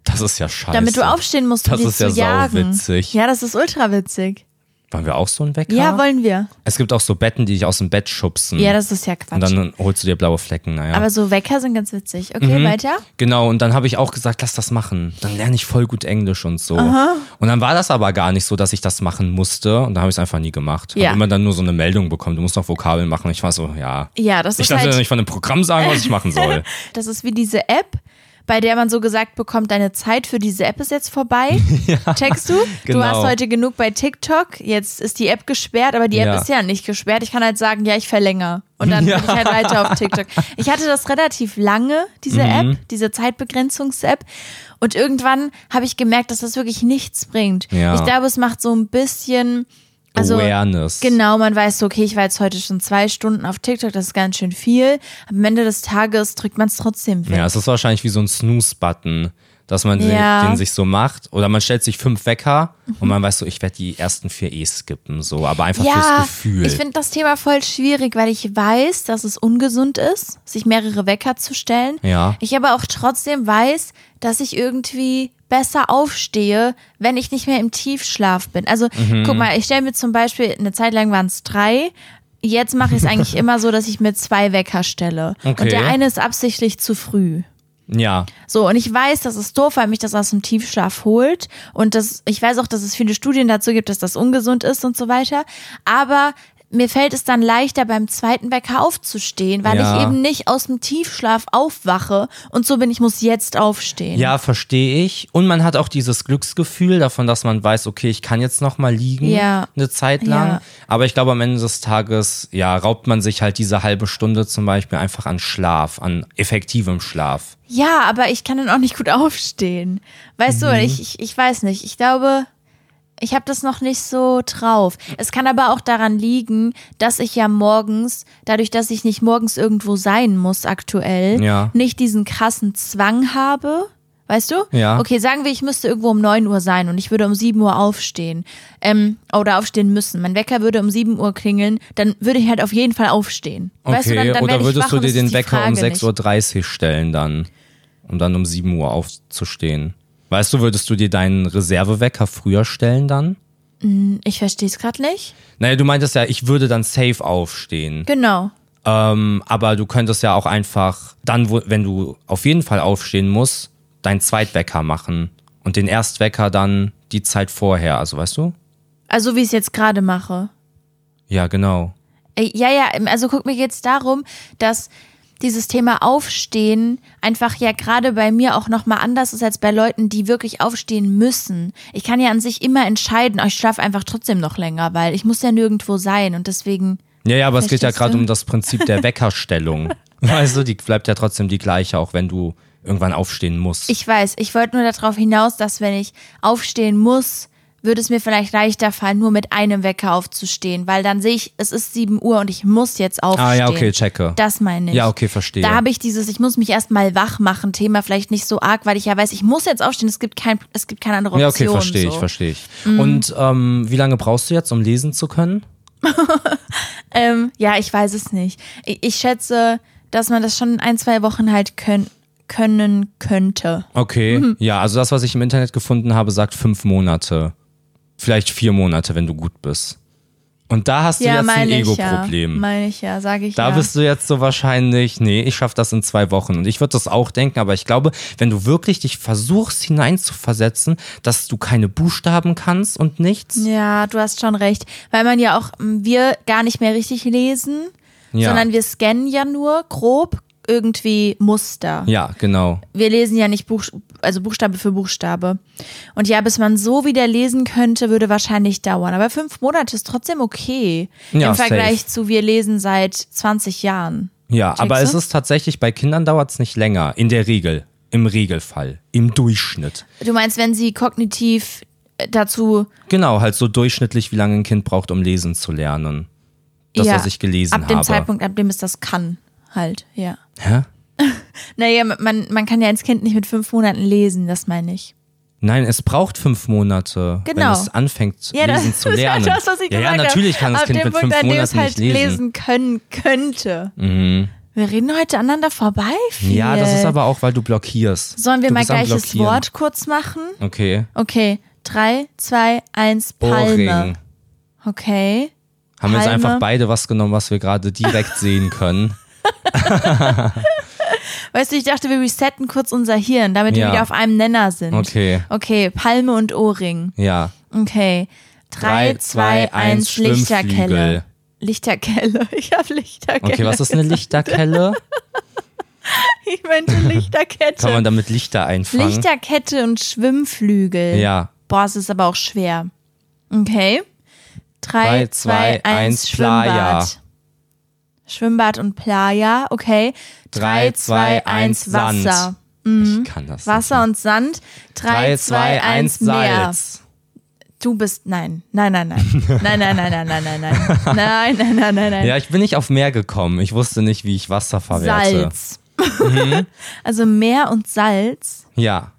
S1: Das ist ja scheiße.
S2: damit du aufstehen musst, um
S1: Das
S2: die
S1: ist
S2: zu
S1: ja
S2: jagen.
S1: sauwitzig.
S2: Ja, das ist ultra witzig.
S1: Waren wir auch so ein Wecker?
S2: Ja, wollen wir.
S1: es gibt auch so Betten, die dich aus dem Bett schubsen.
S2: Ja, das ist ja Quatsch.
S1: Hm. und dann holst du dir blaue Flecken, naja.
S2: aber so Wecker sind ganz witzig. Okay, weiter?
S1: Genau, und dann habe ich auch gesagt, lass das machen. Dann lerne ich voll gut Englisch und so. Und dann war das aber gar nicht so, dass ich das machen musste. Und dann habe ich es einfach nie gemacht.
S2: Ja.
S1: Habe immer dann nur so eine Meldung bekommen, du musst noch Vokabeln machen. Ich war so, ja.
S2: Ja, das
S1: Ich
S2: ist
S1: lasse
S2: halt.
S1: ja nicht von dem Programm sagen, was ich machen soll.
S2: Das ist wie diese App, bei der man so gesagt bekommt, deine Zeit für diese App ist jetzt vorbei. Checkst du?
S1: genau.
S2: Du hast heute genug bei TikTok, jetzt ist die App gesperrt, aber die App
S1: Ja.
S2: ist ja nicht gesperrt. Ich kann halt sagen, ja, ich verlängere. Und dann
S1: Ja.
S2: bin ich halt weiter auf TikTok. Ich hatte das relativ lange, diese
S1: Mhm.
S2: App, diese Zeitbegrenzungs-App. Und irgendwann habe ich gemerkt, dass das wirklich nichts bringt.
S1: Ja.
S2: Ich glaube, es macht so ein bisschen. Also,
S1: Awareness.
S2: Genau, man weiß, so, okay, ich war jetzt heute schon zwei Stunden auf TikTok, das ist ganz schön viel. Am Ende des Tages drückt man es trotzdem weg.
S1: Ja, es ist wahrscheinlich wie so ein Snooze-Button, dass man den-
S2: Ja.
S1: den sich so macht. Oder man stellt sich fünf Wecker und man weiß so, ich werde die ersten vier E skippen, so, aber einfach fürs Gefühl.
S2: ich finde das Thema voll schwierig, weil ich weiß, dass es ungesund ist, sich mehrere Wecker zu stellen.
S1: Ja.
S2: Ich aber auch trotzdem weiß, dass ich irgendwie besser aufstehe, wenn ich nicht mehr im Tiefschlaf bin. Also
S1: Mhm.
S2: guck mal, ich stelle mir zum Beispiel, eine Zeit lang waren es drei, jetzt mache ich es eigentlich immer so, dass ich mir zwei Wecker stelle.
S1: Okay.
S2: Und der eine ist absichtlich zu früh.
S1: ja,
S2: So, und ich weiß, das ist doof, weil mich das aus dem Tiefschlaf holt. Und das, ich weiß auch, dass es viele Studien dazu gibt, dass das ungesund ist und so weiter. Aber mir fällt es dann leichter, beim zweiten Wecker aufzustehen, weil
S1: Ja.
S2: ich eben nicht aus dem Tiefschlaf aufwache und so bin, ich muss jetzt aufstehen.
S1: ja, verstehe ich. Und man hat auch dieses Glücksgefühl davon, dass man weiß, okay, ich kann jetzt noch mal liegen,
S2: Ja.
S1: eine Zeit lang.
S2: Ja.
S1: Aber ich glaube, am Ende des Tages, ja, raubt man sich halt diese halbe Stunde zum Beispiel einfach an Schlaf, an effektivem Schlaf.
S2: Ja, aber ich kann dann auch nicht gut aufstehen. Weißt
S1: Mhm.
S2: du, ich, ich, ich weiß nicht. Ich glaube, ich habe das noch nicht so drauf. Es kann aber auch daran liegen, dass ich ja morgens, dadurch, dass ich nicht morgens irgendwo sein muss aktuell,
S1: Ja.
S2: nicht diesen krassen Zwang habe. Weißt du?
S1: Ja.
S2: Okay, sagen wir, ich müsste irgendwo um 9 Uhr sein und ich würde um 7 Uhr aufstehen. Ähm, oder aufstehen müssen. Mein Wecker würde um 7 Uhr klingeln, dann würde ich halt auf jeden Fall aufstehen.
S1: Okay,
S2: weißt du, dann, dann werd
S1: oder
S2: ich
S1: würdest
S2: wach
S1: du
S2: und
S1: dir
S2: das ist
S1: den
S2: die
S1: Wecker um
S2: Frage nicht.
S1: 6.30 Uhr stellen dann, um dann um 7 Uhr aufzustehen? Weißt du, würdest du dir deinen Reservewecker früher stellen dann?
S2: Ich verstehe es gerade nicht.
S1: Naja, du meintest ja, ich würde dann safe aufstehen.
S2: Genau.
S1: Ähm, aber du könntest ja auch einfach dann, wo, wenn du auf jeden Fall aufstehen musst, deinen Zweitwecker machen und den Erstwecker dann die Zeit vorher. Also weißt du?
S2: Also wie ich es jetzt gerade mache.
S1: Ja, genau.
S2: Äh, Ja, ja, ähm, also guck mir jetzt darum, dass dieses Thema Aufstehen einfach ja gerade bei mir auch nochmal anders ist als bei Leuten, die wirklich aufstehen müssen. Ich kann ja an sich immer entscheiden, oh, ich schlafe einfach trotzdem noch länger, weil ich muss ja nirgendwo sein und deswegen,
S1: Ja, ja, aber es geht ja
S2: Verstehst
S1: gerade
S2: du?
S1: um das Prinzip der Weckerstellung. Weißt du, die bleibt ja trotzdem die gleiche, auch wenn du irgendwann aufstehen musst.
S2: ich weiß, ich wollte nur darauf hinaus, dass wenn ich aufstehen muss, würde es mir vielleicht leichter fallen, nur mit einem Wecker aufzustehen, weil dann sehe ich, es ist 7 Uhr und ich muss jetzt aufstehen.
S1: ah ja, okay, checke.
S2: Das meine ich.
S1: Ja, okay, verstehe.
S2: Da habe ich dieses, ich muss mich erstmal wach machen, Thema vielleicht nicht so arg, weil ich ja weiß, ich muss jetzt aufstehen, es gibt, kein, es gibt keine andere Option.
S1: ja, okay, verstehe
S2: so. Mhm.
S1: ich, verstehe ich. Und ähm, wie lange brauchst du jetzt, um lesen zu können?
S2: Ähm, ja, ich weiß es nicht. Ich, ich schätze, dass man das schon in ein, zwei Wochen halt können, können könnte.
S1: Okay,
S2: Mhm.
S1: ja, also das, was ich im Internet gefunden habe, sagt fünf Monate. Vielleicht vier Monate, wenn du gut bist. Und da hast du
S2: Ja,
S1: jetzt ein
S2: meine ich ja.
S1: Ego-Problem.
S2: Meine ich ja, sage ich
S1: da
S2: ja.
S1: bist du jetzt so wahrscheinlich, nee, ich schaff das in zwei Wochen. Und ich würde das auch denken, aber ich glaube, wenn du wirklich dich versuchst hineinzuversetzen, dass du keine Buchstaben kannst und nichts.
S2: ja, du hast schon recht. Weil man ja auch, m, wir gar nicht mehr richtig lesen,
S1: Ja.
S2: sondern wir scannen ja nur grob irgendwie Muster.
S1: Ja, genau.
S2: wir lesen ja nicht Buch, also Buchstabe für Buchstabe. Und ja, bis man so wieder lesen könnte, würde wahrscheinlich dauern. Aber fünf Monate ist trotzdem okay.
S1: Ja,
S2: Im
S1: safe.
S2: Vergleich zu wir lesen seit 20 Jahren.
S1: Ja, aber
S2: du?
S1: es ist tatsächlich, bei Kindern dauert es nicht länger, in der Regel. Im Regelfall. Im Durchschnitt.
S2: Du meinst, wenn sie kognitiv äh, dazu
S1: Genau, halt so durchschnittlich, wie lange ein Kind braucht, um lesen zu lernen. Das,
S2: ja,
S1: was ich gelesen
S2: ab dem
S1: habe.
S2: Zeitpunkt, ab dem es das kann, halt, ja.
S1: Hä?
S2: Naja, man, man kann ja als Kind nicht mit fünf Monaten lesen, das meine ich.
S1: Nein, es braucht fünf Monate, wenn
S2: Genau.
S1: es anfängt,
S2: Ja, das
S1: lesen zu
S2: ist
S1: lernen.
S2: halt das, was ich
S1: ja,
S2: gesagt
S1: ja,
S2: habe.
S1: natürlich kann das
S2: Ab
S1: Kind
S2: dem
S1: mit
S2: Punkt,
S1: fünf
S2: an dem
S1: Monaten
S2: es halt
S1: nicht lesen. Mhm.
S2: können könnte. Wir reden heute aneinander vorbei. Viel.
S1: Ja, das ist aber auch, weil du blockierst.
S2: Sollen wir
S1: du
S2: mal
S1: bist am
S2: gleiches
S1: Blockieren.
S2: Wort kurz machen?
S1: Okay.
S2: Okay, drei, zwei, eins,
S1: Ohrring.
S2: Palme. Okay.
S1: Haben wir jetzt
S2: Palme.
S1: einfach beide was genommen, was wir gerade direkt sehen können.
S2: Weißt du, ich dachte, wir resetten kurz unser Hirn, damit
S1: Ja.
S2: wir wieder auf einem Nenner sind.
S1: Okay.
S2: Okay, Palme und Ohrring.
S1: Ja.
S2: Okay. Drei, zwei, eins, Lichterkelle. Lichterkelle. Ich habe Lichterkelle.
S1: Okay, was ist
S2: Genau.
S1: eine Lichterkelle?
S2: Ich meinte
S1: Kann
S2: Lichterkette.
S1: man damit Lichter einfangen?
S2: Lichterkette und Schwimmflügel.
S1: Ja.
S2: Boah, es ist aber auch schwer. Okay.
S1: Drei,
S2: Drei,
S1: zwei, eins,
S2: zwei, eins,
S1: Playa.
S2: Schwimmbad. Schwimmbad und Playa, okay. Drei, zwei, eins,
S1: Sand.
S2: Wasser. Mhm.
S1: Ich kann das.
S2: Wasser und Sand. Drei,
S1: 3,
S2: zwei,
S1: 2,
S2: eins,
S1: 1,
S2: Meer.
S1: Salz.
S2: Du bist, nein, nein, nein, nein. Nein, nein, nein, nein, nein, nein, nein. Nein, nein, nein, nein, nein.
S1: Ja, ich bin nicht auf Meer gekommen. Ich wusste nicht, wie ich Wasser verwerte.
S2: Salz.
S1: Mhm.
S2: Also Meer und Salz.
S1: Ja.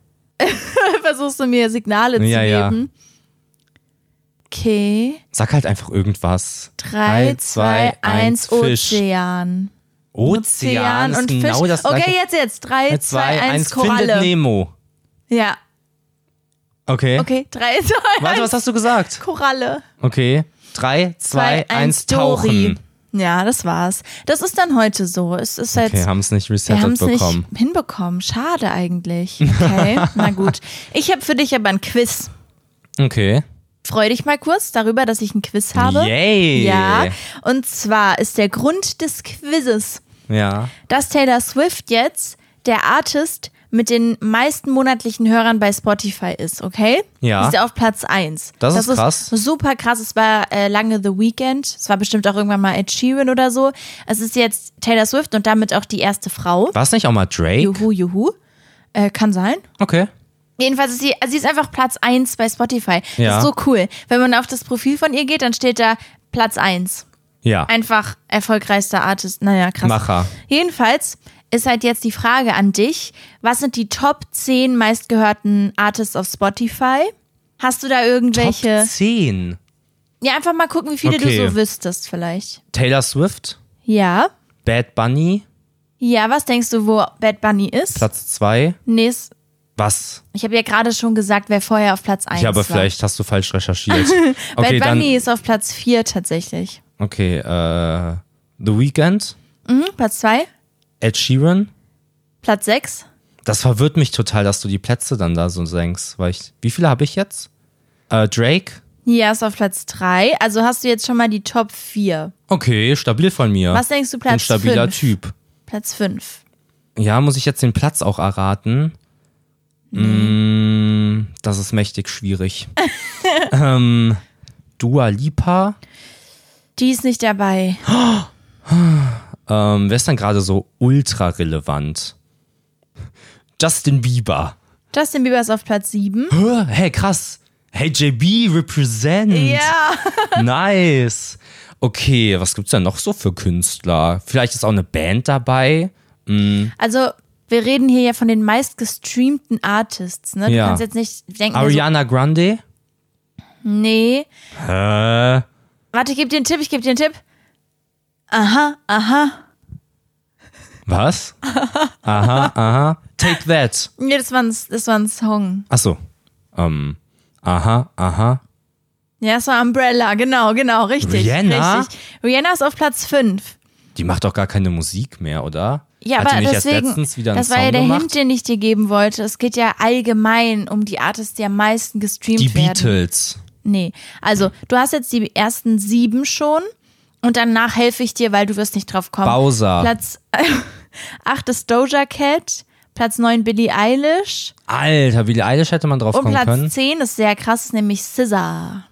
S2: Versuchst du mir Signale
S1: Ja,
S2: zu
S1: ja.
S2: geben? Okay.
S1: Sag halt einfach irgendwas.
S2: Drei, zwei, eins,
S1: Fisch.
S2: Ozean.
S1: Ozean ist
S2: und
S1: genau
S2: Fisch.
S1: das
S2: okay,
S1: gleiche.
S2: jetzt, jetzt. Drei, zwei, eins,
S1: findet
S2: Koralle.
S1: Nemo.
S2: Ja,
S1: Okay.
S2: okay. Drei, zwei,
S1: Warte, was
S2: eins,
S1: hast du gesagt?
S2: Koralle.
S1: Okay. 3, 2, 1,
S2: Dori.
S1: tauchen.
S2: Ja, das war's. Das ist dann heute so. Es ist jetzt.
S1: Okay, haben es nicht
S2: Wir haben
S1: resettet
S2: es nicht
S1: bekommen.
S2: hinbekommen. Schade eigentlich. Okay, na gut. Ich habe für dich aber ein Quiz.
S1: Okay.
S2: Freu dich mal kurz darüber, dass ich ein Quiz habe.
S1: Yay.
S2: Ja. Und zwar ist der Grund des Quizzes,
S1: Ja.
S2: dass Taylor Swift jetzt der Artist mit den meisten monatlichen Hörern bei Spotify ist, okay?
S1: Ja.
S2: Ist er auf Platz 1.
S1: Das ist krass.
S2: Super krass. Es war äh, lange The Weeknd. Es war bestimmt auch irgendwann mal Ed Sheeran oder so. Es ist jetzt Taylor Swift und damit auch die erste Frau.
S1: War es nicht auch mal Drake?
S2: Juhu, juhu. Äh, kann sein.
S1: Okay.
S2: Jedenfalls ist sie, also sie ist einfach Platz 1 bei Spotify.
S1: Ja.
S2: Das ist so cool. Wenn man auf das Profil von ihr geht, dann steht da Platz 1
S1: Ja.
S2: einfach erfolgreichster Artist. Naja, krass.
S1: Macher.
S2: Jedenfalls ist halt jetzt die Frage an dich: Was sind die Top 10 meistgehörten Artists auf Spotify? Hast du da irgendwelche?
S1: Top 10.
S2: Ja, einfach mal gucken, wie viele
S1: Okay.
S2: du so wüsstest, vielleicht.
S1: Taylor Swift,
S2: Ja.
S1: Bad Bunny,
S2: Ja, was denkst du, wo Bad Bunny ist?
S1: Platz 2.
S2: Nee, ist-
S1: Was?
S2: ich habe ja gerade schon gesagt, wer vorher auf Platz 1
S1: Ja, aber
S2: war.
S1: vielleicht hast du falsch recherchiert. Okay,
S2: Bad
S1: dann.
S2: Bunny ist auf Platz 4 tatsächlich.
S1: Okay, äh. The Weeknd,
S2: Hm, Platz 2?
S1: Ed Sheeran.
S2: Platz 6?
S1: Das verwirrt mich total, dass du die Plätze dann da so senkst. Weil ich, wie viele habe ich jetzt? Äh, Drake?
S2: Ja, ist auf Platz 3. Also hast du jetzt schon mal die Top 4.
S1: Okay, stabil von mir.
S2: Was denkst du,
S1: Ein
S2: Platz
S1: stabiler
S2: 5?
S1: Typ.
S2: Platz 5.
S1: Ja, muss ich jetzt den Platz auch erraten? Mm, das ist mächtig schwierig. ähm, Dua Lipa.
S2: Die ist nicht dabei.
S1: Ähm, wer ist dann gerade so ultra relevant? Justin Bieber.
S2: Justin Bieber ist auf Platz 7.
S1: Hä? Hey, krass. Hey, JB, represent.
S2: Ja.
S1: Nice. Okay, was gibt's denn noch so für Künstler? Vielleicht ist auch eine Band dabei.
S2: Also, wir reden hier ja von den meistgestreamten Artists, ne? Du
S1: Ja.
S2: kannst jetzt nicht denken, Ariana.
S1: Ariana Grande.
S2: So, nee.
S1: Äh,
S2: Warte, ich gebe dir einen Tipp, ich gebe dir einen Tipp.
S1: was? Aha, aha. Take that.
S2: Nee, das war ein, das war ein Song.
S1: Ach so. Ähm, aha, aha.
S2: Ja, das war Umbrella, genau, genau, richtig.
S1: Rihanna?
S2: Richtig. Rihanna ist auf Platz 5.
S1: Die macht doch gar keine Musik mehr, oder?
S2: Ja,
S1: Hat die
S2: aber
S1: nicht erst
S2: deswegen,
S1: letztens wieder einen
S2: das war
S1: Song
S2: ja der
S1: gemacht?
S2: Hint, den ich dir geben wollte. Es geht ja allgemein um die Artists, die am meisten gestreamt
S1: Die
S2: werden.
S1: Beatles.
S2: Nee.
S1: Hm.
S2: Also, du hast jetzt die ersten sieben schon und danach helfe ich dir, weil du wirst nicht drauf kommen.
S1: Bowser.
S2: Platz 8 ist Doja Cat, Platz 9 Billie Eilish
S1: Alter, Billie Eilish hätte man drauf
S2: und
S1: kommen
S2: Oh, Platz
S1: können.
S2: 10 ist sehr krass, ist nämlich Scissor.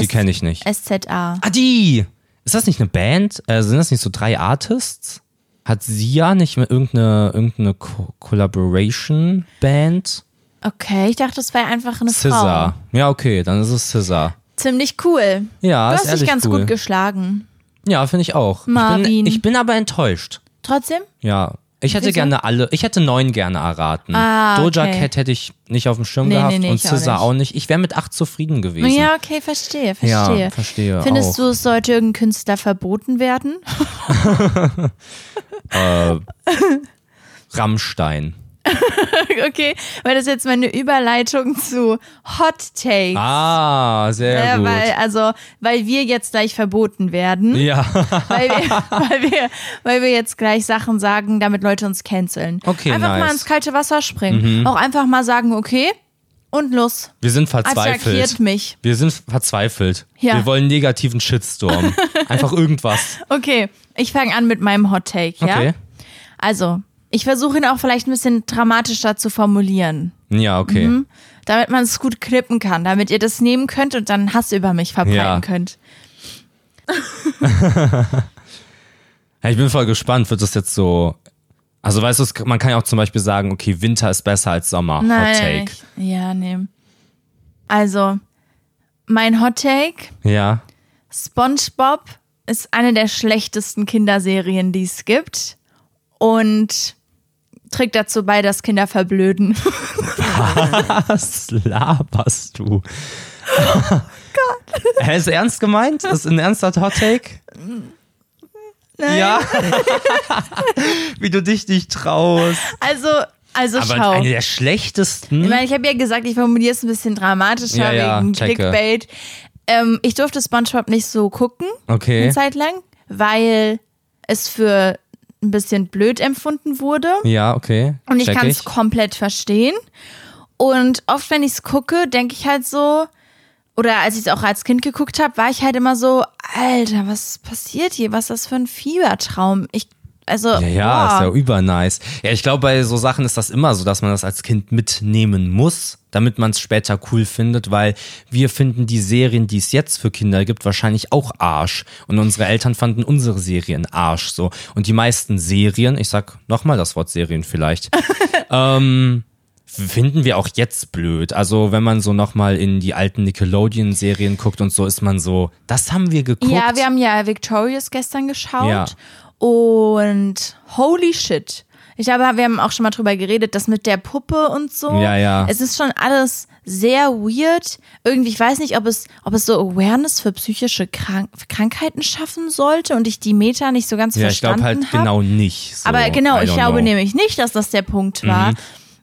S1: Die kenne ich nicht.
S2: SZA.
S1: Ah, die! Ist das nicht eine Band? Äh, sind das nicht so drei Artists? Hat Sia nicht mit irgendeine, irgendeine Co Collaboration-Band?
S2: Okay, ich dachte, es wäre einfach eine
S1: Scissor. Ja, okay, dann ist es Scissor.
S2: Frau. Ziemlich cool.
S1: Ja,
S2: du
S1: ist
S2: hast dich
S1: ehrlich
S2: ganz
S1: cool.
S2: gut geschlagen.
S1: Ja, finde ich auch. Ich
S2: Marvin.
S1: bin, ich bin aber enttäuscht.
S2: Trotzdem?
S1: Ja. Ich hätte
S2: Wieso?
S1: gerne alle, ich hätte neun gerne erraten.
S2: Ah,
S1: Doja
S2: okay.
S1: Cat hätte ich nicht auf dem Schirm
S2: Nee,
S1: gehabt
S2: nee, nee,
S1: und
S2: ich auch
S1: Scissor
S2: nicht.
S1: auch nicht. Ich wäre mit acht zufrieden gewesen.
S2: Ja, okay, verstehe,
S1: Ja,
S2: verstehe.
S1: verstehe
S2: Findest
S1: auch.
S2: du, es sollte irgendein Künstler verboten werden?
S1: Rammstein.
S2: okay, weil das ist jetzt meine Überleitung zu Hot Takes.
S1: Ah, sehr
S2: Ja,
S1: gut.
S2: weil, also, weil wir jetzt gleich verboten werden,
S1: ja.
S2: weil, wir, weil, wir, weil wir jetzt gleich Sachen sagen, damit Leute uns canceln.
S1: Okay,
S2: einfach mal
S1: nice. Mhm.
S2: ins kalte Wasser springen. Auch einfach mal sagen, okay, und los.
S1: Wir sind
S2: Attackiert
S1: verzweifelt.
S2: mich.
S1: Wir sind verzweifelt.
S2: Ja.
S1: Wir wollen negativen Shitstorm. Einfach irgendwas.
S2: Okay, ich fange an mit meinem Hot Take, ja?
S1: Okay.
S2: Also, ich versuche ihn auch vielleicht ein bisschen dramatischer zu formulieren,
S1: Ja, okay.
S2: Mhm. damit man es gut klippen kann, damit ihr das nehmen könnt und dann Hass über mich verbreiten
S1: Ja.
S2: könnt.
S1: Ja, ich bin voll gespannt, wird das jetzt so. Also weißt du, es- man kann ja auch zum Beispiel sagen, okay, Winter ist besser als Sommer. Hot Take.
S2: ich- Ja, nee. Also, mein Hot Take,
S1: Ja.
S2: SpongeBob ist eine der schlechtesten Kinderserien, die es gibt und trägt dazu bei, dass Kinder verblöden.
S1: Was laberst du? oh Gott. Ist ernst gemeint? Ist ein ernster Hot Take? Nein. Ja. Wie du dich nicht traust.
S2: Also, also
S1: Aber
S2: schau.
S1: eine der schlechtesten.
S2: Ich meine, ich habe ja gesagt, ich formuliere es ein bisschen dramatischer
S1: Ja, ja,
S2: wegen
S1: checke.
S2: Clickbait. Ähm, ich durfte SpongeBob nicht so gucken, eine
S1: Okay.
S2: Zeit lang, weil es für ein bisschen blöd empfunden wurde.
S1: Ja, okay.
S2: Und ich
S1: Check
S2: kann es komplett verstehen. Und oft, wenn ich es gucke, denke ich halt so, oder als ich es auch als Kind geguckt habe, war ich halt immer so, Alter, was passiert hier? Was ist das für ein Fiebertraum? Ich, also,
S1: Ja, ja, ist
S2: boah.
S1: ja übernice. Ja, ich glaube, bei so Sachen ist das immer so, dass man das als Kind mitnehmen muss, damit man es später cool findet, weil wir finden die Serien, die es jetzt für Kinder gibt, wahrscheinlich auch Arsch. Und unsere Eltern fanden unsere Serien Arsch so. Und die meisten Serien, ich sag nochmal das Wort Serien vielleicht, ähm, finden wir auch jetzt blöd. Also wenn man so nochmal in die alten Nickelodeon-Serien guckt und so, ist man so, das haben wir geguckt.
S2: Ja, wir haben ja Victorious gestern geschaut.
S1: Ja.
S2: Und holy shit. Ich glaube, wir haben auch schon mal drüber geredet, das mit der Puppe und so.
S1: Ja, ja.
S2: Es ist schon alles sehr weird. Irgendwie, ich weiß nicht, ob es, ob es so Awareness für psychische Krank Krankheiten schaffen sollte und ich die Meta nicht so ganz
S1: ja, ich glaube
S2: verstanden
S1: halt
S2: hab.
S1: genau nicht. So,
S2: Aber genau,
S1: I
S2: ich
S1: don't
S2: glaube
S1: know. Mhm.
S2: nämlich nicht, dass das der Punkt war.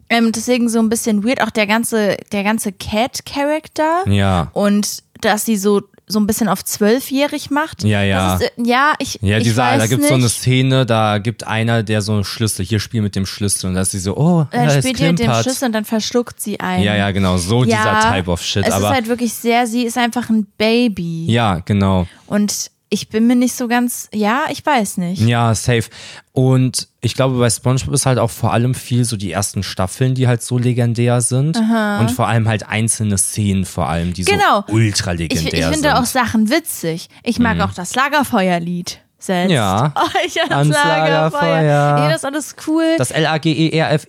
S2: Ähm, deswegen so ein bisschen weird auch der ganze, der ganze Cat-Charakter.
S1: Ja.
S2: Und dass sie so, so ein bisschen auf zwölfjährig macht.
S1: Ja, ja.
S2: Das ist, äh, ja, ich.
S1: Ja,
S2: ich
S1: dieser,
S2: weiß
S1: da gibt es
S2: nicht.
S1: so eine Szene, da gibt einer, der so einen Schlüssel, hier spiel mit dem Schlüssel und da ist sie so, oh,
S2: Dann
S1: ja, es
S2: spielt ihr mit dem
S1: klimpert.
S2: Schlüssel und dann verschluckt sie einen.
S1: Ja, ja, genau, so dieser Type of Shit,
S2: Es
S1: aber
S2: ist halt wirklich sehr, sie ist einfach ein Baby.
S1: ja, genau.
S2: Und ich bin mir nicht so ganz. Ja, ich weiß nicht.
S1: Ja, safe. Und ich glaube, bei SpongeBob ist halt auch vor allem viel so die ersten Staffeln, die halt so legendär sind und vor allem halt einzelne Szenen vor allem, die
S2: Genau.
S1: so ultra
S2: Ich,
S1: legendär
S2: ich finde
S1: sind.
S2: auch Sachen witzig. Ich mag auch das Lagerfeuerlied selbst.
S1: Mhm. Ja.
S2: Oh, ich das
S1: Ans
S2: Lagerfeuer.
S1: Lagerfeuer.
S2: Nee, das ist alles cool.
S1: das E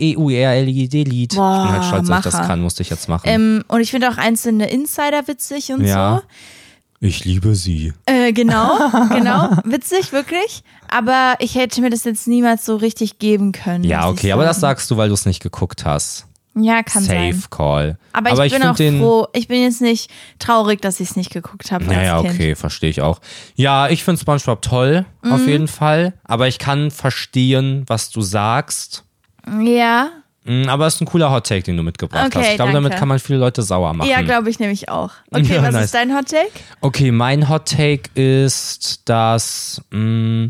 S1: L-A-G-E-R-F-E-U-E-R-L-I-D-Lied. Ich bin
S2: Boah,
S1: halt stolz, dass ich das
S2: Macher.
S1: kann, musste ich jetzt machen.
S2: ähm, und ich finde auch einzelne Insider witzig und
S1: ja.
S2: so.
S1: Ich liebe sie.
S2: Äh, genau, genau. Witzig, wirklich. Aber ich hätte mir das jetzt niemals so richtig geben können.
S1: Ja,
S2: muss ich
S1: okay, aber das
S2: sagen.
S1: sagst du, weil du es nicht geguckt hast.
S2: Ja, kann
S1: Safe
S2: sein.
S1: Call.
S2: Aber, ich bin
S1: find
S2: auch froh. Ich bin jetzt nicht traurig, dass ich es nicht geguckt habe.
S1: Ja, ja,
S2: als Kind.
S1: okay, verstehe ich auch. Ja, ich finde SpongeBob toll, auf
S2: Mhm.
S1: jeden Fall. Aber ich kann verstehen, was du sagst.
S2: Ja,
S1: Mm, Aber es ist ein cooler Hottake, den du mitgebracht
S2: Okay,
S1: hast. Ich glaube, damit
S2: danke.
S1: kann man viele Leute sauer machen.
S2: ja glaube ich nämlich auch. Okay,
S1: hm. Ja,
S2: was
S1: nice.
S2: ist dein Hot Take?
S1: Okay, mein Hot Take ist, dass mm,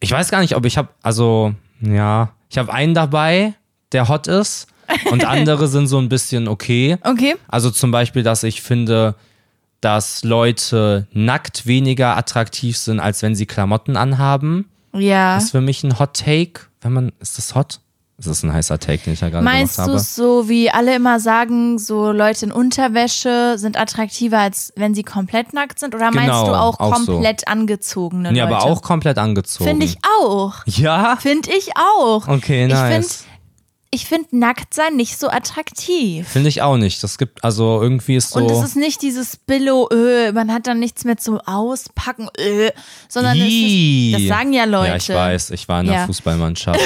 S1: ich weiß gar nicht, ob ich habe, also ja, ich habe einen dabei, der hot ist und andere sind so ein bisschen okay.
S2: Okay.
S1: Also zum Beispiel, dass ich finde, dass Leute nackt weniger attraktiv sind, als wenn sie Klamotten anhaben,
S2: Ja.
S1: ist für mich ein Hot Take. Wenn man ist das hot? Das ist ein heißer Take, den ich da gerade gemacht
S2: Meinst du
S1: habe.
S2: es so, wie alle immer sagen, so Leute in Unterwäsche sind attraktiver, als wenn sie komplett nackt sind? Oder meinst
S1: Genau,
S2: du auch,
S1: auch so.
S2: komplett angezogene
S1: Ja,
S2: Leute?
S1: aber auch komplett angezogen.
S2: Finde ich auch.
S1: Ja?
S2: Finde ich auch.
S1: Okay,
S2: Ich
S1: nice.
S2: find- Ich finde Nacktsein nicht so attraktiv.
S1: Finde ich auch nicht. Das gibt, also irgendwie ist so.
S2: Und es ist nicht dieses Billo, öh, man hat dann nichts mehr zum Auspacken, öh, sondern
S1: Ii.
S2: es ist, das sagen ja Leute.
S1: Ja, ich weiß, ich war in der
S2: Ja.
S1: Fußballmannschaft.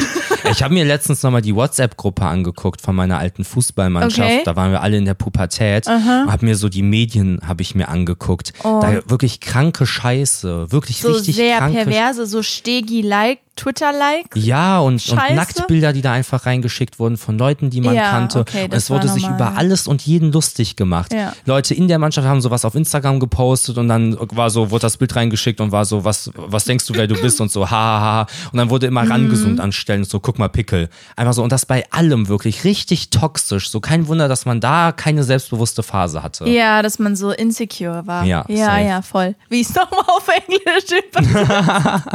S1: ich habe mir letztens nochmal die WhatsApp-Gruppe angeguckt von meiner alten Fußballmannschaft.
S2: Okay.
S1: Da waren wir alle in der Pubertät. Habe mir so die Medien, habe ich mir angeguckt. Da wirklich kranke Scheiße, wirklich
S2: Oh. So
S1: richtig
S2: sehr
S1: kranke
S2: perverse, so Stegi-like, Twitter-like.
S1: Ja, und, und
S2: Scheiße.
S1: Nacktbilder, die da einfach reingeschickt wurden von Leuten, die man
S2: Ja,
S1: kannte.
S2: okay,
S1: und
S2: das
S1: es wurde
S2: war
S1: sich
S2: normal.
S1: über alles und jeden lustig gemacht.
S2: Ja.
S1: Leute in der Mannschaft haben sowas auf Instagram gepostet und dann war so, wurde das Bild reingeschickt und war so, was, was denkst du, wer du bist und so, ha, ha, ha. Und dann wurde immer
S2: Mhm.
S1: rangezoomt an Stellen, so, guck mal, Pickel. Einfach so, und das bei allem wirklich richtig toxisch. So kein Wunder, dass man da keine selbstbewusste Phase hatte.
S2: Ja, dass man so insecure war.
S1: Ja,
S2: ja,
S1: safe.
S2: ja, voll. Wie ist nochmal auf Englisch übersetzt?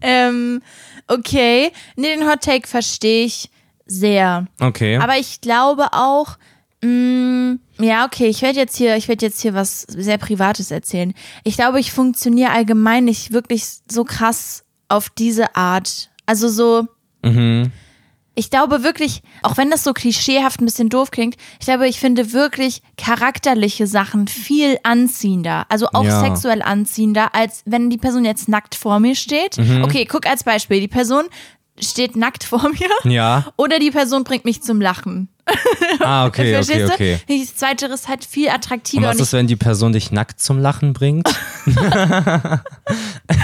S2: ähm, okay. Nee, den Hot Take verstehe ich sehr.
S1: Okay.
S2: Aber ich glaube auch, mh, ja, okay, ich werde jetzt hier, ich werde jetzt hier was sehr Privates erzählen. Ich glaube, ich funktioniere allgemein nicht wirklich so krass auf diese Art. Also so.
S1: Mhm.
S2: Ich glaube wirklich, auch wenn das so klischeehaft ein bisschen doof klingt, ich glaube, ich finde wirklich charakterliche Sachen viel anziehender, also auch
S1: Ja.
S2: sexuell anziehender, als wenn die Person jetzt nackt vor mir steht.
S1: Mhm.
S2: Okay, guck als Beispiel, die Person steht nackt vor mir
S1: ja.
S2: oder die Person bringt mich zum Lachen.
S1: Ah, okay, okay,
S2: Verstehst
S1: okay.
S2: du? Das Zweite ist halt viel
S1: Und
S2: attraktiver und,
S1: was ist, wenn die Person dich nackt zum Lachen bringt?
S2: ich,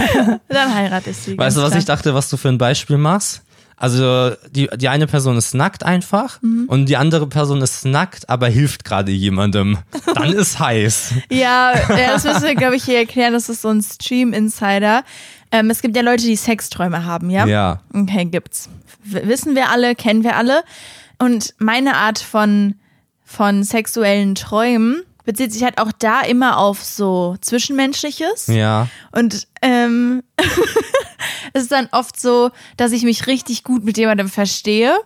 S2: dann heirate ich sie.
S1: Weißt du,
S2: ganz
S1: was ich
S2: klar.
S1: dachte, was du für ein Beispiel machst? Also die, die eine Person ist nackt einfach und die andere Person ist nackt, aber hilft gerade jemandem. Dann ist heiß.
S2: Ja, ja, das müssen wir, glaube ich, hier erklären. Das ist so ein Stream-Insider. Ähm, es gibt ja Leute, die Sexträume haben, ja?
S1: Ja.
S2: Okay, gibt's. W wissen wir alle, kennen wir alle. Und meine Art von, von sexuellen Träumen bezieht sich halt auch da immer auf so Zwischenmenschliches.
S1: Ja.
S2: Und ähm, es ist dann oft so, dass ich mich richtig gut mit jemandem verstehe.